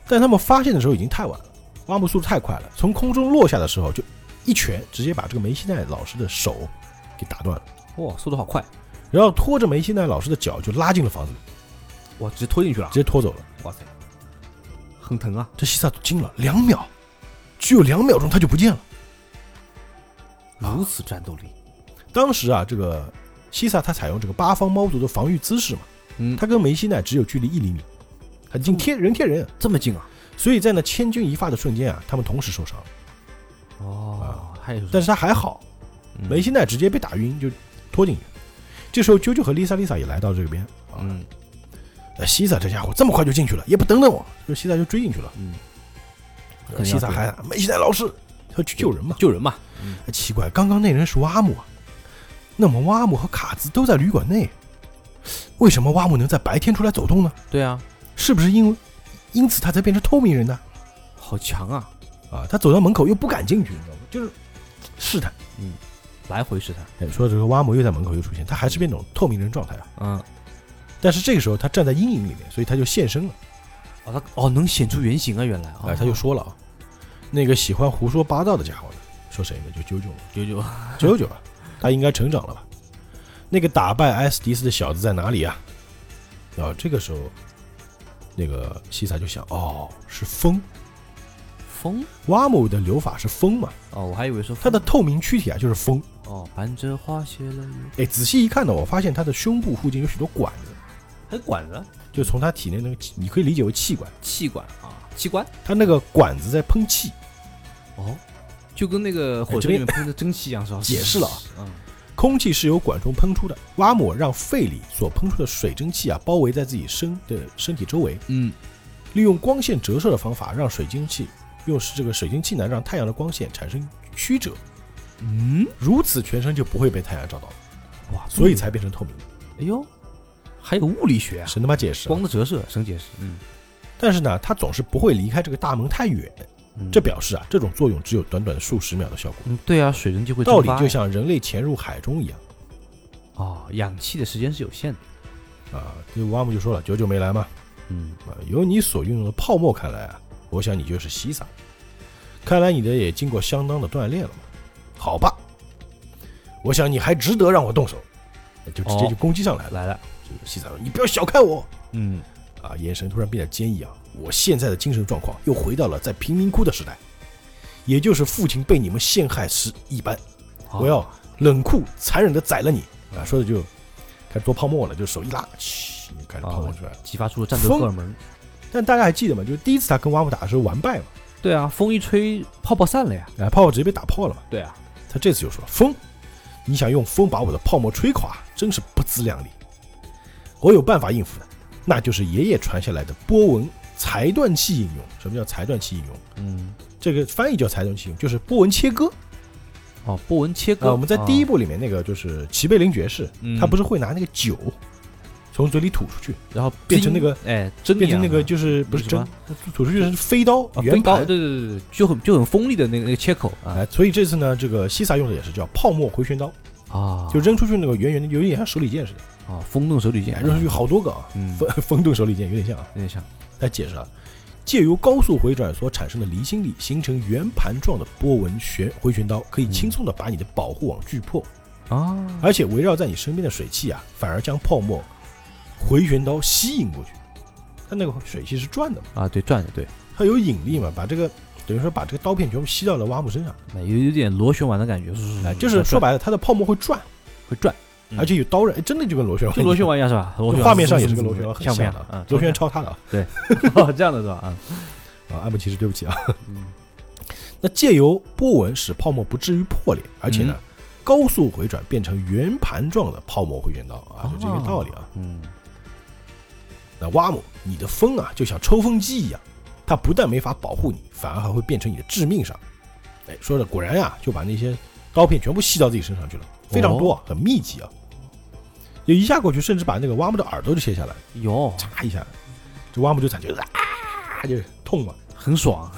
S1: 但他们发现的时候已经太晚了，瓦姆速度太快了，从空中落下的时候就一拳直接把这个梅西奈老师的手给打断了，
S2: 哇，速度好快，
S1: 然后拖着梅西奈老师的脚就拉进了房子里，
S2: 哇，直接拖进去了
S1: 直，接拖走了。
S2: 哇塞，很疼啊，
S1: 这西萨惊了，两秒，只有两秒钟他就不见了。啊
S2: 如此战斗力，
S1: 当时啊，这个西萨他采用这个八方猫族的防御姿势嘛，
S2: 嗯哦
S1: 他跟梅西奈只有距离一厘米，很近贴人贴人，
S2: 这么近啊，
S1: 所以在那千钧一发的瞬间啊，他们同时受伤了。
S2: 哦，还有，
S1: 啊但是他还好，
S2: 嗯
S1: 梅西奈直接被打晕就拖进去。这时候啾啾和丽萨丽萨也来到这边啊，
S2: 嗯
S1: 那西萨这家伙这么快就进去了，也不等等我，就西萨就追进去了。
S2: 嗯，
S1: 呃西萨还梅西奈老师，他去救人嘛。
S2: 救人嘛，
S1: 哎奇怪，刚刚那人是瓦姆啊，那么瓦姆和卡兹都在旅馆内，为什么瓦姆能在白天出来走动呢？
S2: 对啊，
S1: 是不是因为因此他才变成透明人呢？
S2: 好强啊，
S1: 啊，他走到门口又不敢进去，你知道吗？就是试探。
S2: 来回试探，
S1: 哎，说这个瓦姆又在门口又出现，他还是变那种透明人状态啊。
S2: 嗯，
S1: 但是这个时候他站在阴影里面，所以他就现身了。
S2: 哦，他哦能显出原形啊，原来啊
S1: 哎，，他就说了啊，那个喜欢胡说八道的家伙呢，说谁呢？就啾啾嘛，
S2: 九九，
S1: 啾啾啊，他应该成长了吧？那个打败埃斯迪斯的小子在哪里啊？然哦后这个时候，那个西萨就想，哦，是风，
S2: 风？
S1: 蛙某的流法是风嘛，
S2: 哦，我还以为是
S1: 它
S2: 风
S1: 的透明躯体啊就是风。
S2: 哦，伴着花谢了雨，
S1: 哎，仔细一看呢，我发现他的胸部附近有许多管子，
S2: 还有管子、
S1: 就从他体内那个气，你可以理解为气管，
S2: 气管啊，气管
S1: 他那个管子在喷气。
S2: 哦，就跟那个
S1: 哎
S2: 火
S1: 这
S2: 车里
S1: 边
S2: 面喷的蒸汽一样，是吧？
S1: 解释了啊
S2: 嗯，
S1: 空气是由管中喷出的，蛙抹让肺里所喷出的水蒸气啊包围在自己身的身体周围，
S2: 嗯，
S1: 利用光线折射的方法让水蒸气，用这个水蒸气呢让太阳的光线产生曲折，
S2: 嗯，
S1: 如此全身就不会被太阳照到了，
S2: 哇，
S1: 所以才变成透明的。
S2: 哎呦，还有物理学啊，
S1: 神他妈解释了！
S2: 光的折射，神解释，嗯，
S1: 但是呢，它总是不会离开这个大门太远，
S2: 嗯
S1: 这表示啊，这种作用只有短短数十秒的效果。
S2: 嗯，对啊，水蒸气会
S1: 道
S2: 蒸
S1: 理
S2: 发
S1: 就像人类潜入海中一样
S2: 哦，氧气的时间是有限的，
S1: 啊。这瓦姆就说了，久久没来嘛，
S2: 嗯，
S1: 啊，由你所运用的泡沫看来啊，我想你就是西萨。看来你的也经过相当的锻炼了嘛。好吧，我想你还值得让我动手，就直接就攻击上来了。
S2: 来了，
S1: 这个西萨说：“你不要小看我
S2: 嗯，
S1: 啊！”眼神突然变得坚毅啊！我现在的精神状况又回到了在贫民窟的时代，也就是父亲被你们陷害时一般。
S2: 好
S1: 我要冷酷残忍的宰了你啊！说的就开始做泡沫了，就手一拉，嘘，就开始泡沫出来了。
S2: 激发出了战斗荷尔蒙。
S1: 但大家还记得吗？就是第一次他跟瓦姆打的时候完败嘛，
S2: 对啊，风一吹，泡泡散了呀。
S1: 哎，泡泡直接被打破了嘛。
S2: 对啊，
S1: 他这次就说风，你想用风把我的泡沫吹垮，真是不自量力。我有办法应付的，那就是爷爷传下来的波纹裁断器应用。什么叫裁断器应用？
S2: 嗯，
S1: 这个翻译叫裁断器应用，就是波纹切割。
S2: 哦，波纹切
S1: 啊，
S2: 割。哦
S1: 我们在第一
S2: 步，
S1: 部里面那个就是齐贝林爵士，
S2: 嗯
S1: 他不是会拿那个酒从嘴里吐出去，
S2: 然后
S1: 变成那个
S2: 冰哎针一
S1: 变
S2: 样
S1: 成
S2: 的
S1: 那个就是不是
S2: 什
S1: 针
S2: 么，
S1: 吐出去是飞刀
S2: 啊
S1: 圆
S2: 飞刀，
S1: 盘。
S2: 哦对对对对，就很就很锋利的那个那个切口啊
S1: 哎，所以这次呢，这个西萨用的也是叫泡沫回旋刀，
S2: 啊，
S1: 就扔出去那个圆圆的，有点像手里剑似的，
S2: 啊风洞手里剑
S1: 哎，扔出去好多个啊，
S2: 嗯，
S1: 风风遁手里剑有点像啊。
S2: 有点像
S1: 他解释啊，借由高速回转所产生的离心力，形成圆盘状的波纹旋回旋刀，可以轻松的把你的保护网锯破，
S2: 啊，
S1: 而且围绕在你身边的水汽啊，反而将泡沫回旋刀吸引过去。它那个水汽是转的嘛，
S2: 啊对转的对，
S1: 它有引力
S2: 嗯
S1: 嘛，把这个等于说把这个刀片全部吸到了蛙木身上，
S2: 那哎有有点螺旋丸的感觉，
S1: 哎，就是说白了，它的泡沫会转，
S2: 会转，
S1: 而且有刀刃，哎，真的就跟螺旋丸一
S2: 嗯就
S1: 样，
S2: 螺旋丸一样是吧？螺旋
S1: 就
S2: 丸
S1: 画面上也是跟螺旋丸很
S2: 像不
S1: 像
S2: 像
S1: 的
S2: 啊
S1: 啊，？螺旋
S2: <laughs>
S1: 丸超他的啊。
S2: 哦这样的是吧？啊，嗯
S1: 啊，爱慕骑士，对不起啊。那借由波纹使泡沫不至于破裂，而且呢，高速回转变成圆盘状的泡沫回旋刀啊，就这个道理啊。
S2: 嗯，
S1: 那蛙姆，你的风啊，就像抽风机一样，它不但没法保护你，反而还会变成你的致命伤。哎，说着果然呀、就把那些刀片全部吸到自己身上去了，非常多，很密集啊。就一下过去，甚至把那个蛙姆的耳朵就切下来，
S2: 哟，
S1: 嚓一下，这蛙姆就惨觉啊，就痛嘛。<laughs>
S2: 很爽，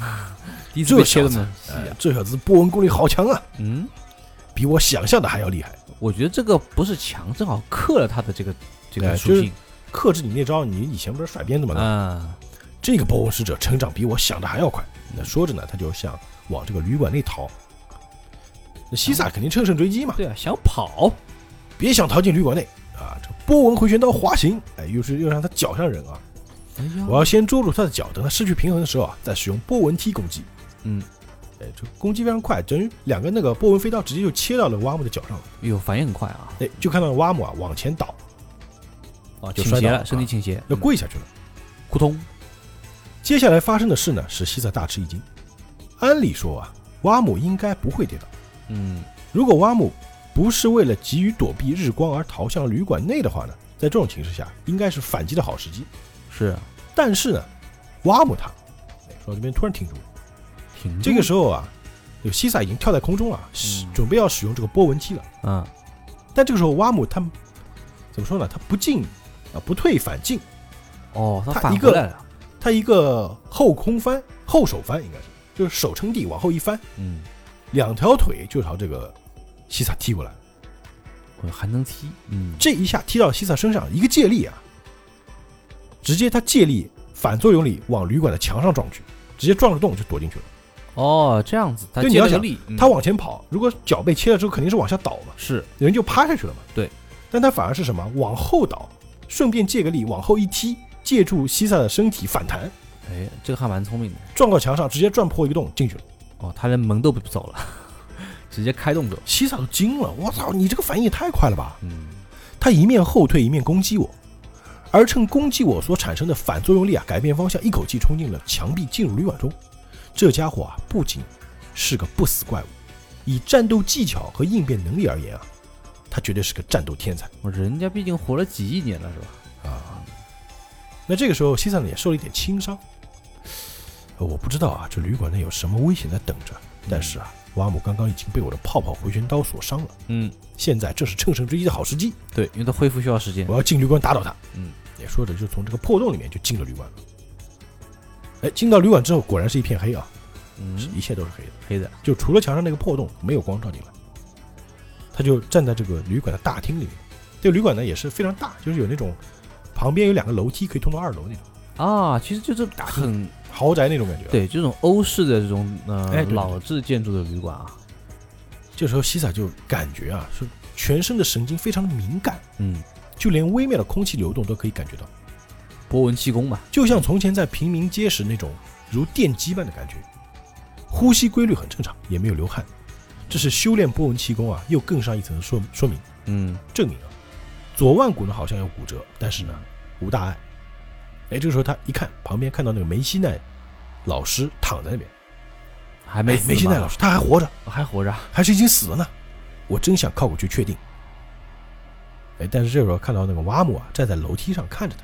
S2: 第一次
S1: 这
S2: 被切
S1: 小
S2: 的
S1: 子
S2: 嘛，
S1: 哎，这小子波纹功力好强啊，
S2: 嗯。
S1: 比我想象的还要厉害。
S2: 我觉得这个不是强，正好克了他的这个这
S1: 哎就
S2: 个属
S1: 是
S2: 性
S1: 克制你那招，你以前不是甩鞭子吗？
S2: 啊。
S1: 这个波纹使者成长比我想的还要快。那说着呢，他就想往这个旅馆内逃。那西萨肯定乘胜追击嘛，
S2: 对啊，想跑，
S1: 别想逃进旅馆内啊！这波纹回旋刀滑行，哎，又是又让他脚上人啊！
S2: 哎
S1: 我
S2: 呀，
S1: 要先捉住他的脚，等他失去平衡的时候啊，再使用波纹踢攻击。
S2: 嗯，
S1: 哎，这攻击非常快，等于两个那个波纹飞刀直接就切到了蛙姆的脚上了。
S2: 哟，反应很快啊，
S1: 哎，就看到蛙姆啊往前倒，
S2: 啊，
S1: 就
S2: 倾
S1: 摔
S2: 斜
S1: 倒
S2: 了，身体倾斜，
S1: 要
S2: 嗯，
S1: 跪下去了。
S2: 扑通，
S1: 接下来发生的事呢，使西萨大吃一惊。按理说啊，蛙姆应该不会跌倒。
S2: 嗯，
S1: 如果蛙姆不是为了急于躲避日光而逃向旅馆内的话呢，在这种情势下，应该是反击的好时机。
S2: 是
S1: 但是呢，蛙姆他哎说到这边突然停住了。
S2: 挺
S1: 这个时候啊，这个西萨已经跳在空中了，使准备要使用这个波纹踢了。
S2: 啊，
S1: 但这个时候，蛙姆他怎么说呢？他不进啊，不退反进，
S2: 哦，
S1: 他
S2: 反
S1: 一个
S2: 过来了，
S1: 他一个后空翻，后手翻应该是，就是手撑地往后一翻。
S2: 嗯，
S1: 两条腿就朝这个西萨踢过来，
S2: 我还能踢，嗯，
S1: 这一下踢到西萨身上，一个借力啊，直接他借力反作用力往旅馆的墙上撞去，直接撞了洞就躲进去了。
S2: 哦，这样子，他
S1: 就你
S2: 借
S1: 要
S2: 了个
S1: 想
S2: 力，嗯
S1: 他往前跑，如果脚被切了之后，肯定是往下倒嘛，
S2: 是
S1: 人就趴下去了嘛。
S2: 对，
S1: 但他反而是什么？往后倒，顺便借个力往后一踢，借助西萨的身体反弹，
S2: 哎，这个还蛮聪明的。
S1: 撞到墙上，直接撞破一个洞进去了。
S2: 哦，他连门都不走了， <laughs> 直接开洞走。
S1: 西萨都惊了，我操，你这个反应也太快了吧！
S2: 嗯，
S1: 他一面后退，一面攻击我，而趁攻击我所产生的反作用力啊，改变方向，一口气冲进了墙壁，进入旅馆中。这家伙啊，不仅是个不死怪物，以战斗技巧和应变能力而言啊，他绝对是个战斗天才
S2: 人家毕竟活了几亿年了，是吧？
S1: 啊。那这个时候，西萨呢也受了一点轻伤。呃我不知道啊，这旅馆内有什么危险在等着。但是啊，瓦姆刚刚已经被我的泡泡回旋刀所伤了，
S2: 嗯，
S1: 现在正是乘胜追击的好时机。
S2: 对，因为他恢复需要时间
S1: 我。要进旅馆打倒他。
S2: 嗯，
S1: 也说着就从这个破洞里面就进了旅馆了。哎，进到旅馆之后，果然是一片黑啊，是
S2: 嗯，
S1: 一切都是黑的，
S2: 黑的。
S1: 就除了墙上那个破洞，没有光照进来。他就站在这个旅馆的大厅里面，这个旅馆呢也是非常大，就是有那种旁边有两个楼梯可以通到二楼那种
S2: 啊，其实就是很
S1: 豪宅那种感觉。，啊
S2: 对，这种欧式的这种
S1: 哎对
S2: 呃
S1: 对对
S2: 老式建筑的旅馆啊，
S1: 这时候西萨就感觉啊，是全身的神经非常的敏感，
S2: 嗯，
S1: 就连微妙的空气流动都可以感觉到，
S2: 博闻气功嘛，
S1: 就像从前在平民街时那种如电击般的感觉，呼吸规律很正常，也没有流汗，这是修炼波纹气功啊，又更上一层说说明
S2: 嗯，
S1: 证明啊。左腕骨呢好像有骨折，但是呢无大碍。哎，这个时候他一看旁边看到那个梅西奈老师躺在那边，哎
S2: 还没
S1: 梅
S2: 死
S1: 梅西奈
S2: 嘛
S1: 老师他还活着，
S2: 还活着啊，
S1: 还是已经死了呢？我真想靠过去确定。哎，但是这个时候看到那个瓦姆啊站在楼梯上看着他，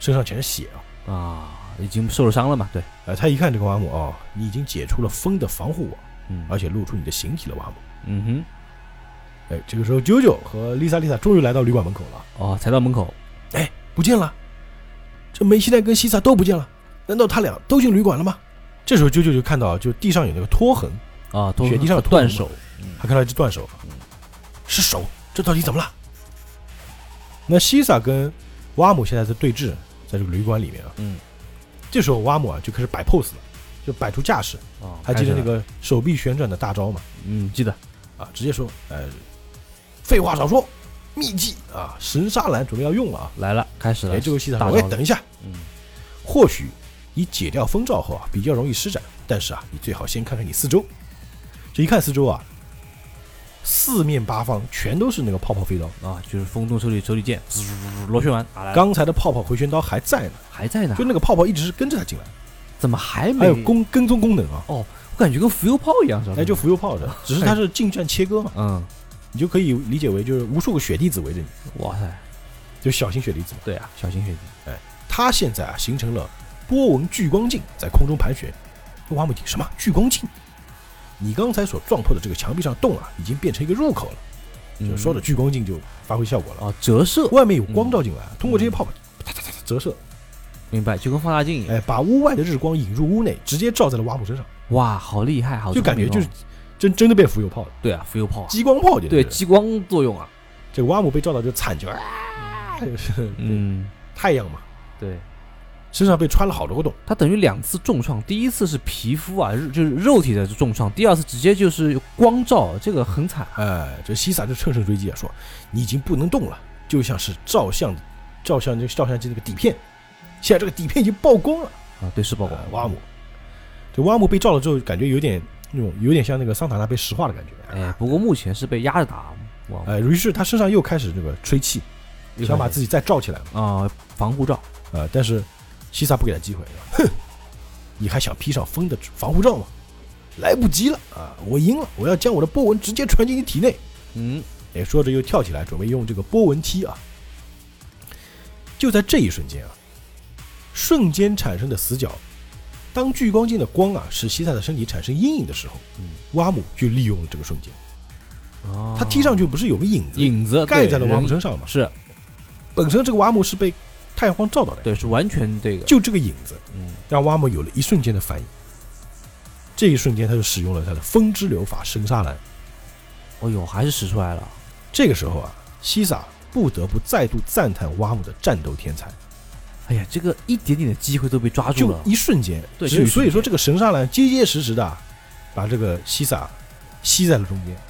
S1: 身上全是血啊。
S2: 啊，已经受了伤了嘛，对，
S1: 呃，他一看这个瓦姆哦，你已经解除了风的防护网，
S2: 嗯，
S1: 而且露出你的形体了，瓦姆。
S2: 嗯
S1: 哎，这个时候啾啾和丽莎丽莎终于来到旅馆门口了，
S2: 哼，哦，才到门口，
S1: 哎，不见了，这梅西奈跟西萨都不见了，难道他俩都进旅馆了吗？这时候啾啾就看到，就地上有那个拖痕，
S2: 啊，都
S1: 雪地上有拖
S2: 断
S1: 痕
S2: 手，
S1: 还看到一只断手，是手，这到底怎么了？那西萨跟瓦姆现在在对峙，在这个旅馆里面啊，
S2: 嗯，
S1: 这时候瓦姆啊就开始摆 pose 了，就摆出架势，
S2: 哦，
S1: 还记得
S2: 开始
S1: 那
S2: 了，
S1: 个手臂旋转的大招吗？
S2: 嗯，记得，
S1: 啊，直接说，呃，废话少说，秘技啊，神杀篮准备要用了啊。
S2: 来了，开始了，
S1: 哎，这位西
S2: 大
S1: 萨，
S2: 招
S1: 我也等一下。
S2: 嗯，
S1: 或许你解掉风罩后啊，比较容易施展，但是啊，你最好先看看你四周。这一看四周啊，四面八方全都是那个泡泡飞刀。
S2: 啊，就是风中手里手里剑，滋螺旋丸啊打来了，
S1: 刚才的泡泡回旋刀还在呢，
S2: 还在呢
S1: 就，那个泡泡一直是跟着他进来，
S2: 怎么还
S1: 还
S2: 没
S1: 有？跟跟踪功能啊，
S2: 我感觉跟浮游炮一样，是吧？
S1: 哎，就浮游炮的，只是它是近战切割嘛，
S2: 嗯，
S1: 你就可以理解为就是无数个雪粒子围着你，
S2: 哇塞，
S1: 就小型雪粒子嘛。
S2: 对啊，小心雪地，
S1: 它现在啊形成了波纹聚光镜，在空中盘旋。挖木井什么聚光镜？你刚才所撞破的这个墙壁上洞啊，已经变成一个入口了。就
S2: 嗯
S1: 说的聚光镜就发挥效果了，
S2: 哦，折射，
S1: 外面有光照进来，通过这些泡泡折射，
S2: 明白，就跟放大镜一样，
S1: 哎，把屋外的日光引入屋内，直接照在了瓦姆身上，
S2: 哇，好厉害，好
S1: 就
S2: 聪
S1: 感觉
S2: 明哦
S1: 就是真真的变浮游炮了，
S2: 对啊，浮游炮啊，
S1: 激光炮就
S2: 对激光作用啊，
S1: 这个瓦姆被照到就惨叫，啊， <laughs> 就是
S2: 嗯，
S1: 太阳嘛，
S2: 对。
S1: 身上被穿了好多个洞，
S2: 他等于两次重创，第一次是皮肤啊，日就是肉体的重创，第二次直接就是光照，这个很惨。啊
S1: 哎，这西萨就乘胜追击啊，说你已经不能动了，就像是照相照相那照相机那个底片，现在这个底片已经曝光了。
S2: 啊，对，是曝光
S1: 呃，瓦姆，这瓦姆被照了之后，感觉有点那种有点像那个桑塔纳被石化的感觉。
S2: 哎，不过目前是被压着打，哇，
S1: 呃，于是他身上又开始这个吹气，
S2: 又
S1: 想把
S2: 开始
S1: 自己再罩起来嘛。
S2: 啊、防护罩，
S1: 呃，但是西萨不给他机会，哼，你还想披上风的防护罩吗？来不及了啊！我赢了，我要将我的波纹直接传进你体内。
S2: 嗯，
S1: 哎，说着又跳起来，准备用这个波纹踢啊。就在这一瞬间啊，瞬间产生的死角，当聚光镜的光啊使西萨的身体产生阴影的时候，挖姆就利用了这个瞬间。
S2: 嗯哦
S1: 他踢上去不是有个影子
S2: 影子
S1: 盖在了
S2: 对
S1: 瓦姆
S2: 人
S1: 身上嘛？
S2: 是
S1: 本身这个瓦姆是被太阳光照到的，
S2: 对，是完全这个，
S1: 就这个影子
S2: 嗯，
S1: 让瓦姆有了一瞬间的反应。这一瞬间，他就使用了他的风之流法神杀兰。
S2: 哦呦，还是使出来了，
S1: 这个时候啊，西萨不得不再度赞叹瓦姆的战斗天才。
S2: 哎呀，这个一点点的机会都被抓住
S1: 就
S2: 了，
S1: 一瞬间。
S2: 对
S1: 所
S2: 就
S1: 以
S2: 一瞬间
S1: 所以说这个神杀兰结结实实的把这个西萨吸在了中间，
S2: 啊哎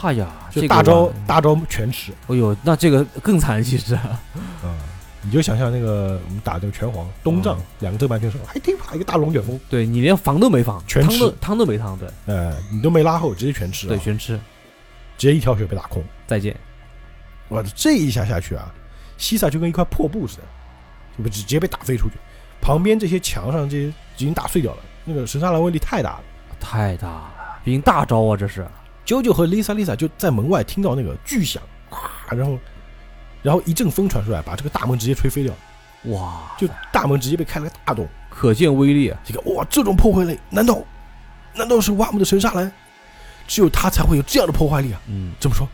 S2: 哈呀，
S1: 就
S2: 这个
S1: 大招
S2: 哇哎
S1: 大招全吃。
S2: 哦呦，那这个更惨，其实，
S1: 嗯，你就想象那个我们打那个拳皇东
S2: 嗯
S1: 丈、两个正半天手，还挺把哎一个大龙卷风，
S2: 对你连防都没防，
S1: 全
S2: 汤都
S1: 吃
S2: 汤都没汤，对
S1: 呃，你都没拉后，直接全吃、啊，
S2: 对，全吃，
S1: 直接一条血被打空。
S2: 再见。
S1: 哇，这一下下去啊，西萨就跟一块破布似的，就被直接被打飞出去。旁边这些墙上这些已经打碎掉了，那个神沙兰威力太大了。
S2: 太大了，毕竟大招啊，这是。
S1: 啾啾和 Lisa Lisa 就在门外听到那个巨响，咵，然后然后一阵风传出来，把这个大门直接吹飞掉，
S2: 哇，
S1: 就大门直接被开了个大洞。
S2: 可见威力啊！
S1: 这个哇，这种破坏力，难道难道是瓦姆的神沙兰？只有他才会有这样的破坏力啊！
S2: 嗯，
S1: 这么说，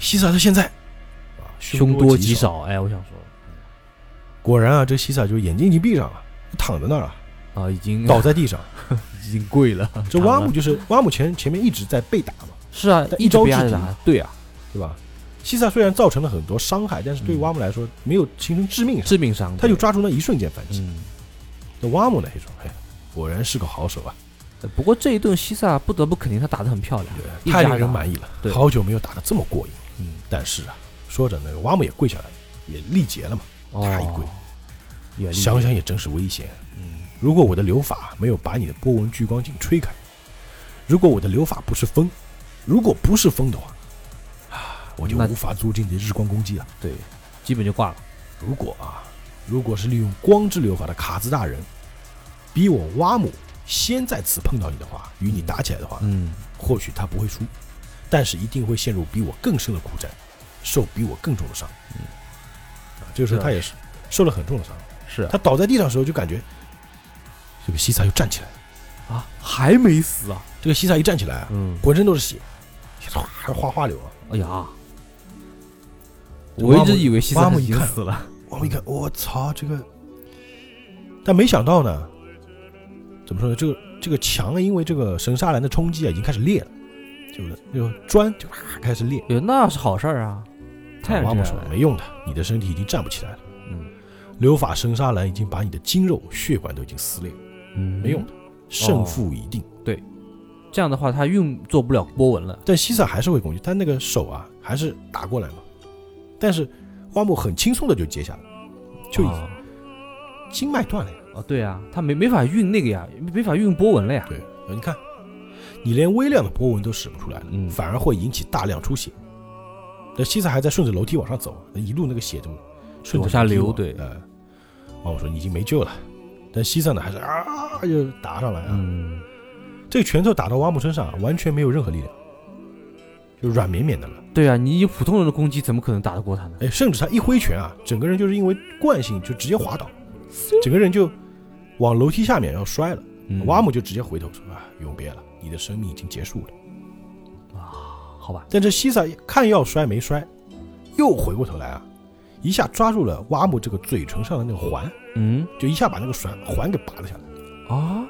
S1: 西萨他现在啊
S2: 凶多吉。少。哎，我想说
S1: 果然啊，这西萨就眼睛已经闭上了，躺在那儿啊，
S2: 啊，已经
S1: 倒在地上。
S2: <laughs> 已经跪了。
S1: <laughs> 这
S2: 惨了
S1: 瓦姆就是瓦姆前前面一直在被打嘛，
S2: 是啊，
S1: 但
S2: 一
S1: 一
S2: 直
S1: 招
S2: 被他
S1: 制敌
S2: 打。对啊，
S1: 对吧？西萨虽然造成了很多伤害，但是对
S2: 嗯
S1: 瓦姆来说没有形成致命伤，
S2: 致命伤。
S1: 他就
S2: 对
S1: 抓住那一瞬间反击。
S2: 嗯，
S1: 那瓦姆呢也说：“哎，果然是个好手啊，
S2: 不过这一顿西萨不得不肯定他打得很漂亮，一
S1: 太
S2: 家
S1: 令人
S2: 打
S1: 满意了，
S2: 对
S1: 好久没有打得这么过瘾。”
S2: 嗯，
S1: 但是啊，说着那个瓦姆也跪下来，也力竭了嘛。
S2: 哦
S1: 嗯太贵，
S2: 也厉害
S1: 想想也真是危险。啊
S2: 嗯
S1: 如果我的流法没有把你的波纹聚光镜吹开，如果我的流法不是风，如果不是风的话，啊，我就
S2: 那
S1: 无法促进你的日光攻击了。
S2: 对，基本就挂了。
S1: 如果啊，如果是利用光之流法的卡兹大人，逼我挖姆先在此碰到你的话，与你打起来的话，
S2: 嗯，
S1: 或许他不会输，但是一定会陷入比我更深的苦战，受比我更重的伤。啊，这个时候
S2: 嗯是啊
S1: 他也是受了很重的伤，
S2: 是啊
S1: 他倒在地上的时候就感觉，这个西萨又站起来了。
S2: 啊，还没死啊。
S1: 这个西萨一站起来啊，
S2: 嗯，
S1: 浑身都是血，哗哗哗流啊。
S2: 哎呀，
S1: 这
S2: 我
S1: 挖
S2: 一直
S1: 木
S2: 以为西
S1: 挖
S2: 萨
S1: 木
S2: 是
S1: 一
S2: 已经
S1: 看
S2: 死 <laughs> 了。
S1: 我们一看，我操，这个！但没想到呢，怎么说呢？这个这个墙啊因为这个神沙兰的冲击啊，已经开始裂了，就是那个砖就啪开始裂。
S2: 哎呦那是好事儿啊，太
S1: 挖
S2: 阳
S1: 不
S2: 这
S1: 出
S2: 样
S1: 来
S2: 了
S1: 没用的，你的身体已经站不起来了。
S2: 嗯
S1: 流法神沙兰已经把你的筋肉、血管都已经撕裂了，
S2: 嗯，
S1: 没用的，胜负已定。
S2: 这样的话，他运作不了波纹了。
S1: 但西萨还是会攻击，但那个手啊还是打过来嘛。但是挖木很轻松的就接下来了，就已经
S2: 啊
S1: 经脉断了呀。
S2: 哦，对啊，他没没法运那个呀，没没法运波纹了呀。
S1: 对，呃你看，你连微量的波纹都使不出来了，
S2: 嗯
S1: 反而会引起大量出血。那西萨还在顺着楼梯往上走，啊一路那个血就顺着
S2: 往下
S1: 楼梯
S2: 流
S1: 往
S2: 对
S1: 呃，王我说你已经没救了，但西萨呢还是啊就打上来啊，
S2: 嗯，
S1: 这个拳头打到挖木身上啊完全没有任何力量，就软绵绵的了。
S2: 对啊，你以普通人的攻击怎么可能打得过他呢？
S1: 哎，甚至他一挥拳啊，整个人就是因为惯性就直接滑倒，整个人就往楼梯下面要摔了。
S2: 嗯
S1: 挖姆就直接回头说啊，永别了，你的生命已经结束了。
S2: 好吧，
S1: 但这西萨看要摔没摔，又回过头来啊，一下抓住了挖姆这个嘴唇上的那个环，
S2: 嗯
S1: 就一下把那个环环给拔了下来，
S2: 啊，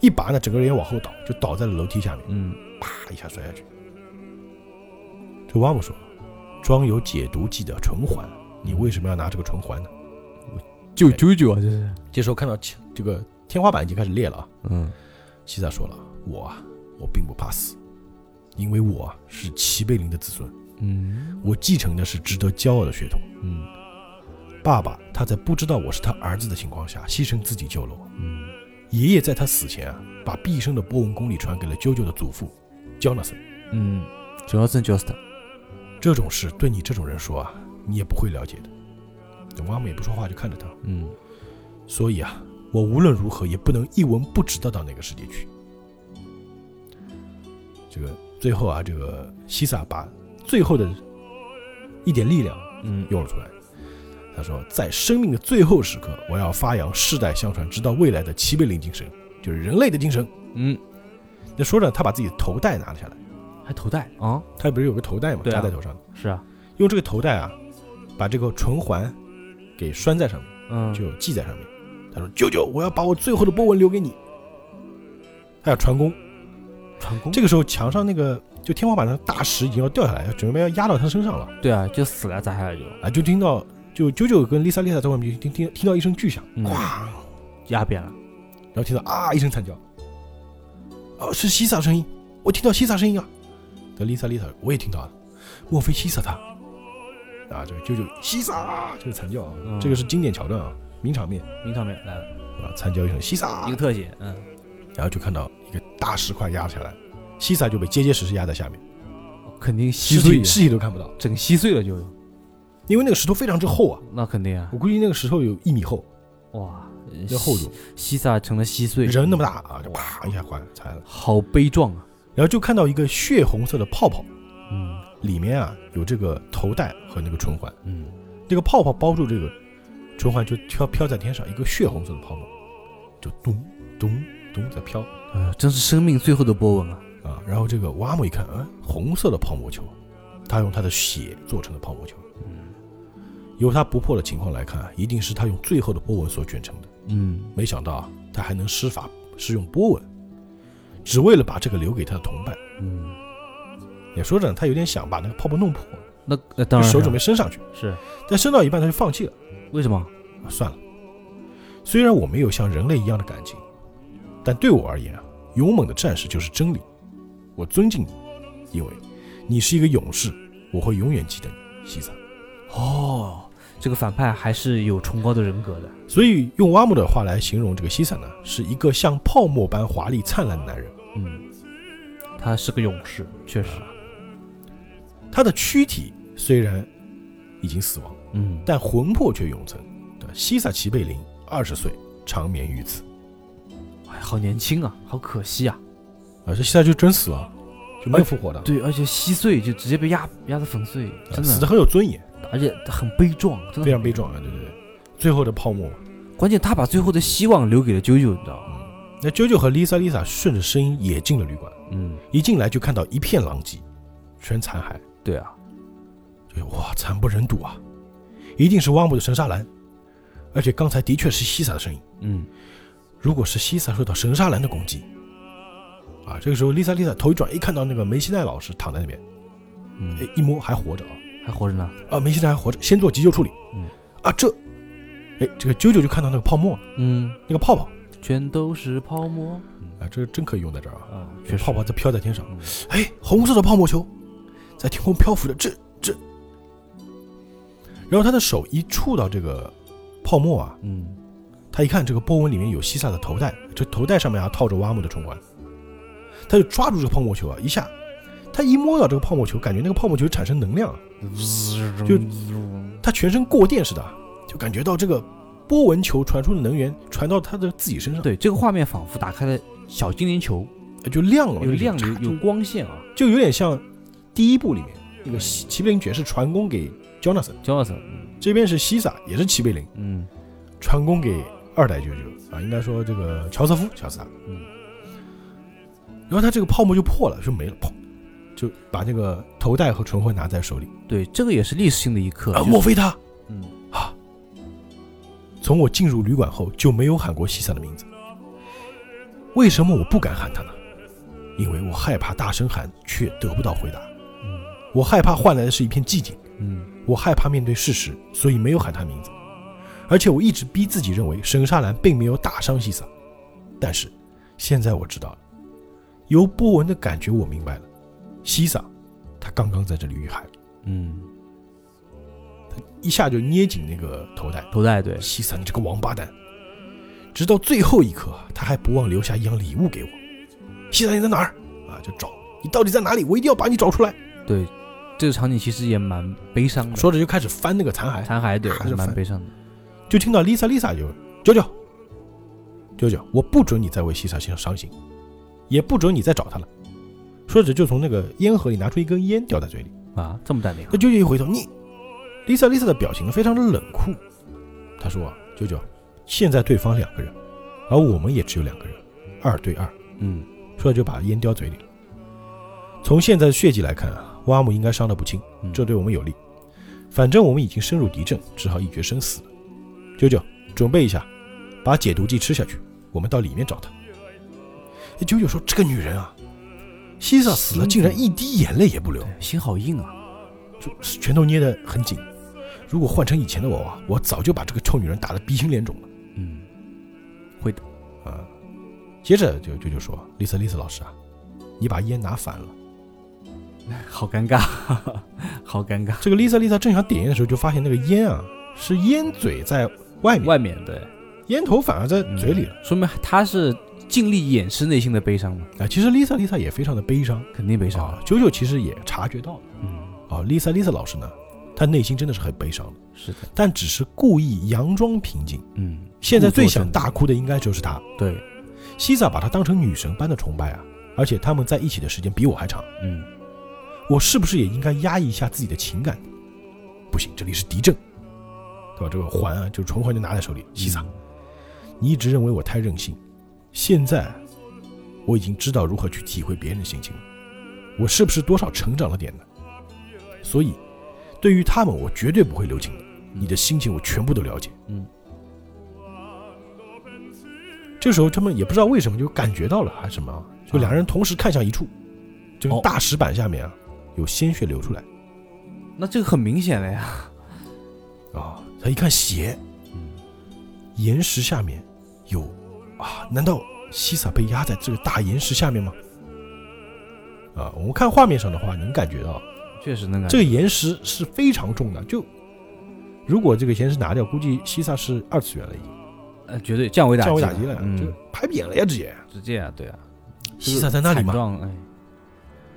S1: 一拔呢，整个人也往后倒，就倒在了楼梯下面，
S2: 嗯，
S1: 啪一下摔下去。这挖姆说：“装有解毒剂的唇环，你为什么要拿这个唇环呢
S2: 救九九啊，这是，？”
S1: 这时候看到天这个天花板已经开始裂了啊，
S2: 嗯，
S1: 西萨说了：“我啊，我并不怕死，因为我啊是齐贝林的子孙，
S2: 嗯
S1: 我继承的是值得骄傲的血统。”
S2: 嗯
S1: 爸爸他在不知道我是他儿子的情况下，牺牲自己救了我。
S2: 嗯，
S1: 爷爷在他死前啊，把毕生的波纹功力传给了啾啾的祖父 Jonathan。
S2: 嗯，Johnson Just，
S1: 这种事对你这种人说啊，你也不会了解的。等妈妈也不说话，就看着他。
S2: 嗯，
S1: 所以啊，我无论如何也不能一文不值的到那个世界去。这个最后啊，这个西萨把最后的一点力量
S2: 嗯，
S1: 用了出来。他说，在生命的最后时刻，我要发扬世代相传，直到未来的齐贝林精神，就是人类的精神。
S2: 嗯，
S1: 那说着，他把自己的头带拿了下来，
S2: 还头戴啊，
S1: 他不是有个头带嘛，
S2: 对啊
S1: 扎在头上的，
S2: 是啊，
S1: 用这个头带啊，把这个唇环给拴在上面，
S2: 嗯，
S1: 就系在上面。他说：“舅舅，我要把我最后的波纹留给你。”他要传功。
S2: 传功，
S1: 这个时候，墙上那个就天花板上的大石已经要掉下来，准备要压到他身上了。
S2: 对啊，就死了砸下来就
S1: 啊，就听到就啾啾跟 Lisa Lisa 在外面就听听听到一声巨响，
S2: 嗯
S1: 咵、
S2: 压扁了，
S1: 然后听到啊一声惨叫，哦，是西萨声音，我听到西萨声音啊。德丽萨丽萨，我也听到了，莫非西萨他？啊，这个舅舅西萨这个惨叫啊，
S2: 嗯
S1: 这个是经典桥段啊，名场面
S2: 名场面来了，
S1: 啊，惨叫一声西萨
S2: 一个，特写，嗯，
S1: 然后就看到一个大石块压下来，西萨就被结结实实压在下面，
S2: 肯定
S1: 尸
S2: 稀碎
S1: 体，尸体都看不到，
S2: 整稀碎了就，
S1: 因为那个石头非常之厚啊，
S2: 那肯定啊，
S1: 我估计那个石头有一米厚，
S2: 哇，
S1: 要厚
S2: 呃
S1: 度，
S2: 西萨成了稀碎，
S1: 人那么大啊，就啪一下滑下来了，
S2: 好悲壮啊，
S1: 然后就看到一个血红色的泡泡，
S2: 嗯
S1: 里面啊有这个头带和那个唇环，
S2: 嗯，
S1: 这个泡泡包住这个唇环就飘飘在天上，一个血红色的泡沫，就咚咚咚在飘
S2: 呃，真是生命最后的波纹啊，
S1: 啊。然后这个瓦姆一看，啊，红色的泡沫球，他用他的血做成的泡沫球，
S2: 嗯
S1: 由他不破的情况来看，一定是他用最后的波纹所卷成的。
S2: 嗯
S1: 没想到啊他还能施法施用波纹，只为了把这个留给他的同伴。
S2: 嗯，
S1: 也说着呢，他有点想把那个泡泡弄破，
S2: 那呃
S1: 就
S2: 当然
S1: 手
S2: 了
S1: 准备伸上去，
S2: 是
S1: 但伸到一半他就放弃了。
S2: 为什么？
S1: 啊，算了。虽然我没有像人类一样的感情，但对我而言啊，勇猛的战士就是真理。我尊敬你，因为你是一个勇士，我会永远记得你，西藏。
S2: 哦，这个反派还是有崇高的人格的，
S1: 所以用挖木的话来形容这个西萨呢，是一个像泡沫般华丽灿烂的男人。
S2: 嗯，他是个勇士，确实，
S1: 他的躯体虽然已经死亡，
S2: 嗯，
S1: 但魂魄却永存。对西萨齐贝林二十岁长眠于此，
S2: 哎，好年轻啊，好可惜啊，
S1: 啊，这西萨就真死了，就没有复活的，
S2: 对，而且稀碎就直接被压压得粉碎，
S1: 啊
S2: 哎真
S1: 死的
S2: 的，
S1: 很有尊严。
S2: 而且很悲壮，真的
S1: 非常悲壮啊，对对对，最后的泡沫嘛。
S2: 关键他把最后的希望留给了啾啾，你知道吗？
S1: 那啾啾和 Lisa Lisa 顺着声音也进了旅馆，
S2: 嗯，
S1: 一进来就看到一片狼藉，全残骸，
S2: 对啊，
S1: 就哇，惨不忍睹啊！一定是汪姆的神杀兰，而且刚才的确是西萨的声音。
S2: 嗯，
S1: 如果是西萨受到神杀兰的攻击，啊，这个时候 Lisa Lisa 头一转，一看到那个梅西奈老师躺在那边，
S2: 嗯
S1: 哎，一摸还活着啊，
S2: 还活着呢，
S1: 啊，梅西奈还活着，先做急救处理。
S2: 嗯，
S1: 啊，这，哎，这个啾啾就看到那个泡沫了，
S2: 嗯，
S1: 那个泡泡
S2: 全都是泡沫
S1: 啊，这个真可以用在这儿啊。
S2: 嗯啊，
S1: 这
S2: 确实
S1: 泡泡在飘在天上
S2: 嗯，
S1: 哎，红色的泡沫球在天空漂浮着，这这。然后他的手一触到这个泡沫啊，
S2: 嗯，
S1: 他一看这个波纹里面有西萨的头带，这头带上面还套着挖木的唇环，他就抓住这个泡沫球啊，一下，他一摸到这个泡沫球，感觉那个泡沫球产生能量啊，
S2: 嗯
S1: 就他全身过电似的啊，就感觉到这个波纹球传出的能源传到他的自己身上，
S2: 对，这个画面仿佛打开了小精灵球，
S1: 就亮了嘛，
S2: 有亮
S1: 就
S2: 有有光线啊
S1: 就有点像第一部里面那个西齐贝林爵士传功给 Jonathan，
S2: ，Jonathan，
S1: 这边是西萨，也是齐贝林
S2: 嗯
S1: 传功给二代舅舅啊，应该说这个乔瑟夫乔斯达，
S2: 嗯，
S1: 然后他这个泡沫就破了，就没了，砰，就把那个头带和唇环拿在手里
S2: 嗯，对，这个也是历史性的一刻，
S1: 啊，
S2: 就是
S1: 莫非他
S2: 嗯
S1: 啊？从我进入旅馆后就没有喊过西萨的名字，为什么我不敢喊他呢？因为我害怕大声喊却得不到回答，
S2: 嗯
S1: 我害怕换来的是一片寂静。
S2: 嗯
S1: 我害怕面对事实，所以没有喊他名字。而且我一直逼自己认为神沙兰并没有打伤西萨，但是现在我知道了，由波纹的感觉我明白了，西萨，他刚刚在这里遇害，
S2: 嗯，
S1: 一下就捏紧那个头带，
S2: 头戴对，
S1: 西萨你这个王八蛋！直到最后一刻，他还不忘留下一样礼物给我。西萨你在哪儿？啊，就找你到底在哪里？我一定要把你找出来。
S2: 对，这个场景其实也蛮悲伤的，
S1: 说着就开始翻那个残骸，
S2: 残骸对，
S1: 还是
S2: 蛮
S1: 翻
S2: 悲伤的，
S1: 就听到 Lisa Lisa 就九九九九，我不准你再为西萨先生伤心，也不准你再找他了。说着就从那个烟盒里拿出一根烟叼在嘴里。
S2: 啊，这么淡定啊
S1: 那，九九一回头，你 Lisa Lisa 的表情呢非常的冷酷。他说啊，九九，现在对方两个人，而我们也只有两个人，二对二。
S2: 嗯
S1: 说着就把烟叼嘴里了。从现在的血迹来看啊，瓦姆应该伤得不轻，
S2: 嗯
S1: 这对我们有利。反正我们已经深入敌阵，只好一决生死了。九九，准备一下，把解毒剂吃下去，我们到里面找他。哎九九说：“这个女人啊，西萨死了竟然一滴眼泪也不流，
S2: 对心好硬啊，
S1: 就是拳头捏得很紧。如果换成以前的我啊，我早就把这个臭女人打得鼻青脸肿了
S2: 嗯
S1: 啊。”接着就九九说：“丽萨丽萨老师啊，你把烟拿反了。”
S2: 好尴尬， <laughs> 好尴尬。
S1: 这个 Lisa Lisa 正想点烟的时候，就发现那个烟啊是烟嘴在外面，
S2: 外面对，嗯
S1: 烟头反而在嗯嘴里了。
S2: 说明他是尽力掩饰内心的悲伤嘛，
S1: 啊，其实 Lisa Lisa 也非常的悲伤
S2: 肯定悲伤
S1: 啊。九九其实也察觉到了
S2: 嗯，
S1: 啊，Lisa Lisa 老师呢，她内心真的是很悲伤的，
S2: 是的，
S1: 但只是故意佯装平静。
S2: 嗯，
S1: 现在最
S2: 故
S1: 想
S2: 作
S1: 大哭的应该就是她。
S2: 镇定，嗯对，
S1: 西萨把她当成女神般的崇拜啊，而且他们在一起的时间比我还长，
S2: 嗯，
S1: 我是不是也应该压抑一下自己的情感？不行，这里是敌阵，对吧？这个环啊，就是唇环就拿在手里。西萨，你一直认为我太任性，现在我已经知道如何去体会别人的心情了。我是不是多少成长了点呢？所以，对于他们，我绝对不会留情的。你的心情我全部都了解。
S2: 嗯。
S1: 这时候他们也不知道为什么就感觉到了还是什么啊，就两人同时看向一处，就是
S2: 哦
S1: 大石板下面啊有鲜血流出来
S2: 嗯那这个很明显了呀，
S1: 啊。他一看血，
S2: 嗯，
S1: 岩石下面有啊？难道西萨被压在这个大岩石下面吗？啊，我们看画面上的话，能感觉到
S2: 确实能感
S1: 这
S2: 觉，
S1: 个岩石是非常重的。就如果这个岩石拿掉，估计西萨是二次元了，已经
S2: 呃，绝对降维打
S1: 降维打击了，就
S2: 嗯，
S1: 拍扁了呀，直接。
S2: 直接啊，对啊，
S1: 西萨在那里
S2: 惨
S1: 嘛，
S2: 状，哎，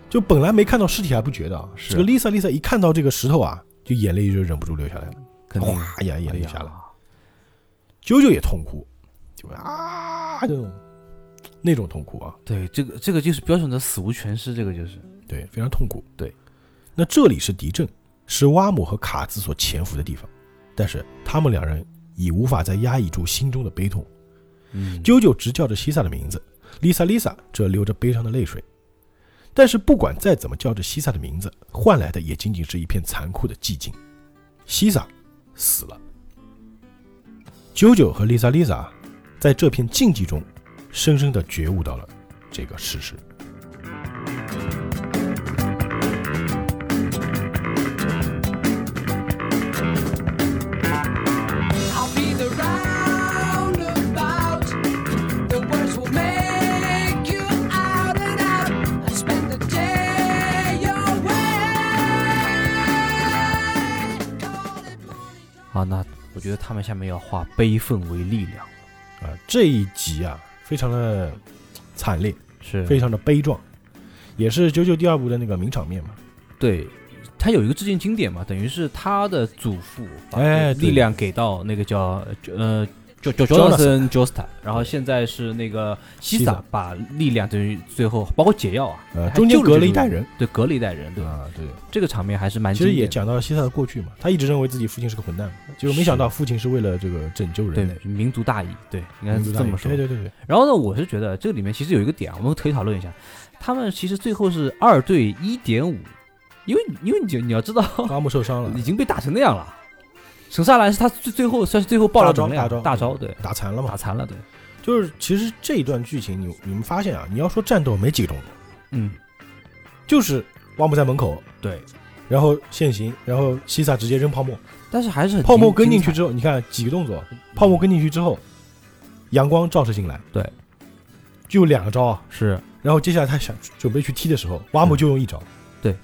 S1: 就本来没看到尸体还不觉得啊，
S2: 是
S1: 这个 Lisa Lisa 一看到这个石头啊，就眼泪就忍不住流下来了，
S2: 肯定哎
S1: 哗一下眼泪就下来了。
S2: 了，
S1: 九九也痛哭，就啊这种那种痛苦啊，
S2: 对，这个这个就是标准的死无全尸，这个就是，
S1: 对，非常痛苦。
S2: 对，
S1: 那这里是敌阵，是蛙姆和卡兹所潜伏的地方，但是他们两人已无法再压抑住心中的悲痛。
S2: 嗯，
S1: 啾啾直叫着西萨的名字，Lisa Lisa 这流着悲伤的泪水。但是不管再怎么叫着西萨的名字，换来的也仅仅是一片残酷的寂静。西萨死了。啾啾和 Lisa Lisa 在这片静寂中，深深的觉悟到了这个事实。
S6: I'll be the roundabout. The words will make you out and out. I spend the day away. Call it morning.
S2: 好，啊那我觉得他们下面要化悲愤为力量，
S1: 啊、这一集啊，非常的惨烈，
S2: 是
S1: 非常的悲壮，也是九九第二部的那个名场面嘛。
S2: 对，他有一个致敬经典嘛，等于是他的祖父把
S1: 哎对
S2: 力量给到那个叫呃叫叫
S1: Jonathan
S2: Jonathan Joestar，然后现在是那个西
S1: 西
S2: 萨
S1: 萨
S2: 把力量等于最后包括解药啊，
S1: 呃，
S2: 还
S1: 中间
S2: 救
S1: 隔了
S2: 这
S1: 一
S2: 个
S1: 代
S2: 人
S1: 人
S2: 对隔了一代人，对吧？
S1: 啊，对。
S2: 这个场面还是蛮
S1: 其
S2: 经
S1: 实
S2: 典
S1: 也
S2: 的
S1: 讲到西萨的过去嘛，他一直认为自己父亲是个混蛋，结果没
S2: 是
S1: 想到父亲是为了这个拯救人类
S2: 对。民族大义，对应该
S1: 民
S2: 是
S1: 族大
S2: 这
S1: 义
S2: 么说
S1: 对。对对对，
S2: 然后呢，我是觉得这个里面其实有一个点啊，我们可以讨论一下，他们其实最后是二对一点五，因为因为你你要知道。
S1: <laughs> 阿木受伤了
S2: 已，经被打成那样了。沈萨兰是他最最后算是最后爆
S1: 大
S2: 料
S1: 招
S2: 能量
S1: 大招
S2: 大招对
S1: 打残了嘛
S2: 打。残
S1: 嗯
S2: 了对
S1: 就是其实这一段剧情，你你们发现啊，你要说战斗没几个动作，
S2: 嗯
S1: 就是挖木在门口，
S2: 对，
S1: 然后现行，然后西萨直接扔泡沫，
S2: 但是还是很
S1: 泡沫
S2: 精
S1: 跟进去
S2: 精
S1: 之后，你看几个动作，泡沫跟进去之后，阳光照射进来，
S2: 对，
S1: 就有两个招啊。
S2: 彩是
S1: 然后接下来他想准备去踢的时候，挖姆就用一招。
S2: 嗯对，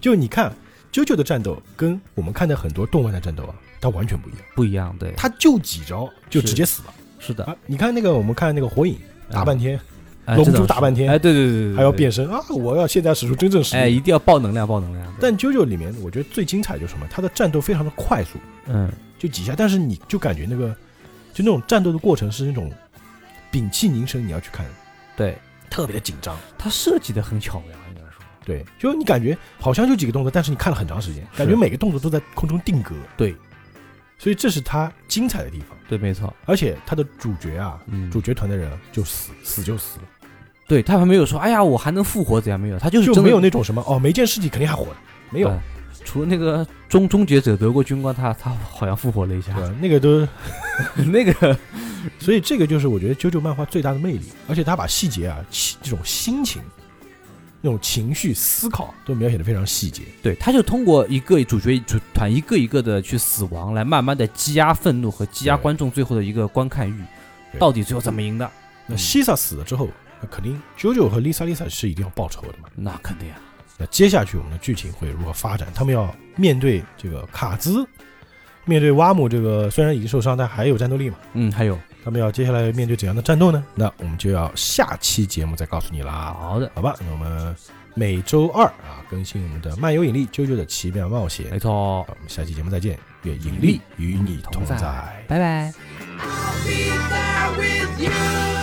S1: 就你看啾啾的战斗跟我们看的很多动漫的战斗啊，它完全不一样，
S2: 不一样对
S1: 他就几招就直接死了
S2: 是的
S1: 啊！你看那个我们看那个火影打半天，
S2: 哎
S1: 龙
S2: 这倒
S1: 珠
S2: 是
S1: 打半天
S2: 哎对对对对对
S1: 还要
S2: 对
S1: 变身啊！我要现在使出真正实力。
S2: 哎一定要爆能量爆能量对
S1: 但啾啾里面我觉得最精彩就是什么？他的战斗非常的快速，
S2: 嗯
S1: 就几下，但是你就感觉那个就那种战斗的过程是那种屏气凝神，你要去看，
S2: 对
S1: 特别的紧张。
S2: 他设计的很巧妙应该说
S1: 对，就你感觉好像就几个动作，但是你看了很长时间，感觉每个动作都在空中定格。
S2: 对，
S1: 所以这是他精彩的地方。
S2: 对没错
S1: 而且他的主角啊，
S2: 嗯
S1: 主角团的人啊就死死就死了，
S2: 对他还没有说哎呀我还能复活怎样没有他就是
S1: 就
S2: 真的
S1: 没有那种什么哦，没件尸体肯定还活着，没有
S2: 哎，除了那个终终结者德国军官他他好像复活了一下
S1: 对吧？那个都，
S2: <laughs> 那个
S1: 所以这个就是我觉得啾啾漫画最大的魅力，而且他把细节啊，气这种心情、那种情绪、思考都描写的非常细节。
S2: 对，他就通过一个主角主团一个一个的去死亡，来慢慢的积压愤怒和积压
S1: 对
S2: 观众最后的一个观看欲，
S1: 对
S2: 到底最后怎么赢的？
S1: 那西萨死了之后，那肯定啾啾和 Lisa Lisa 是一定要报仇的嘛。
S2: 那肯定啊，
S1: 那接下去我们的剧情会如何发展？他们要面对这个卡兹，面对瓦姆这个虽然已经受伤，但还有战斗力嘛？
S2: 嗯，还有
S1: 他们要接下来面对怎样的战斗呢？那我们就要下期节目再告诉你啦。
S2: 好的，
S1: 好吧，那我们每周二啊更新我们的《漫游引力》《啾啾的奇妙冒险》
S2: 没。错
S1: 好，，我们下期节目再见，愿引力与你同在。
S2: 拜拜。
S6: I'll be there with you.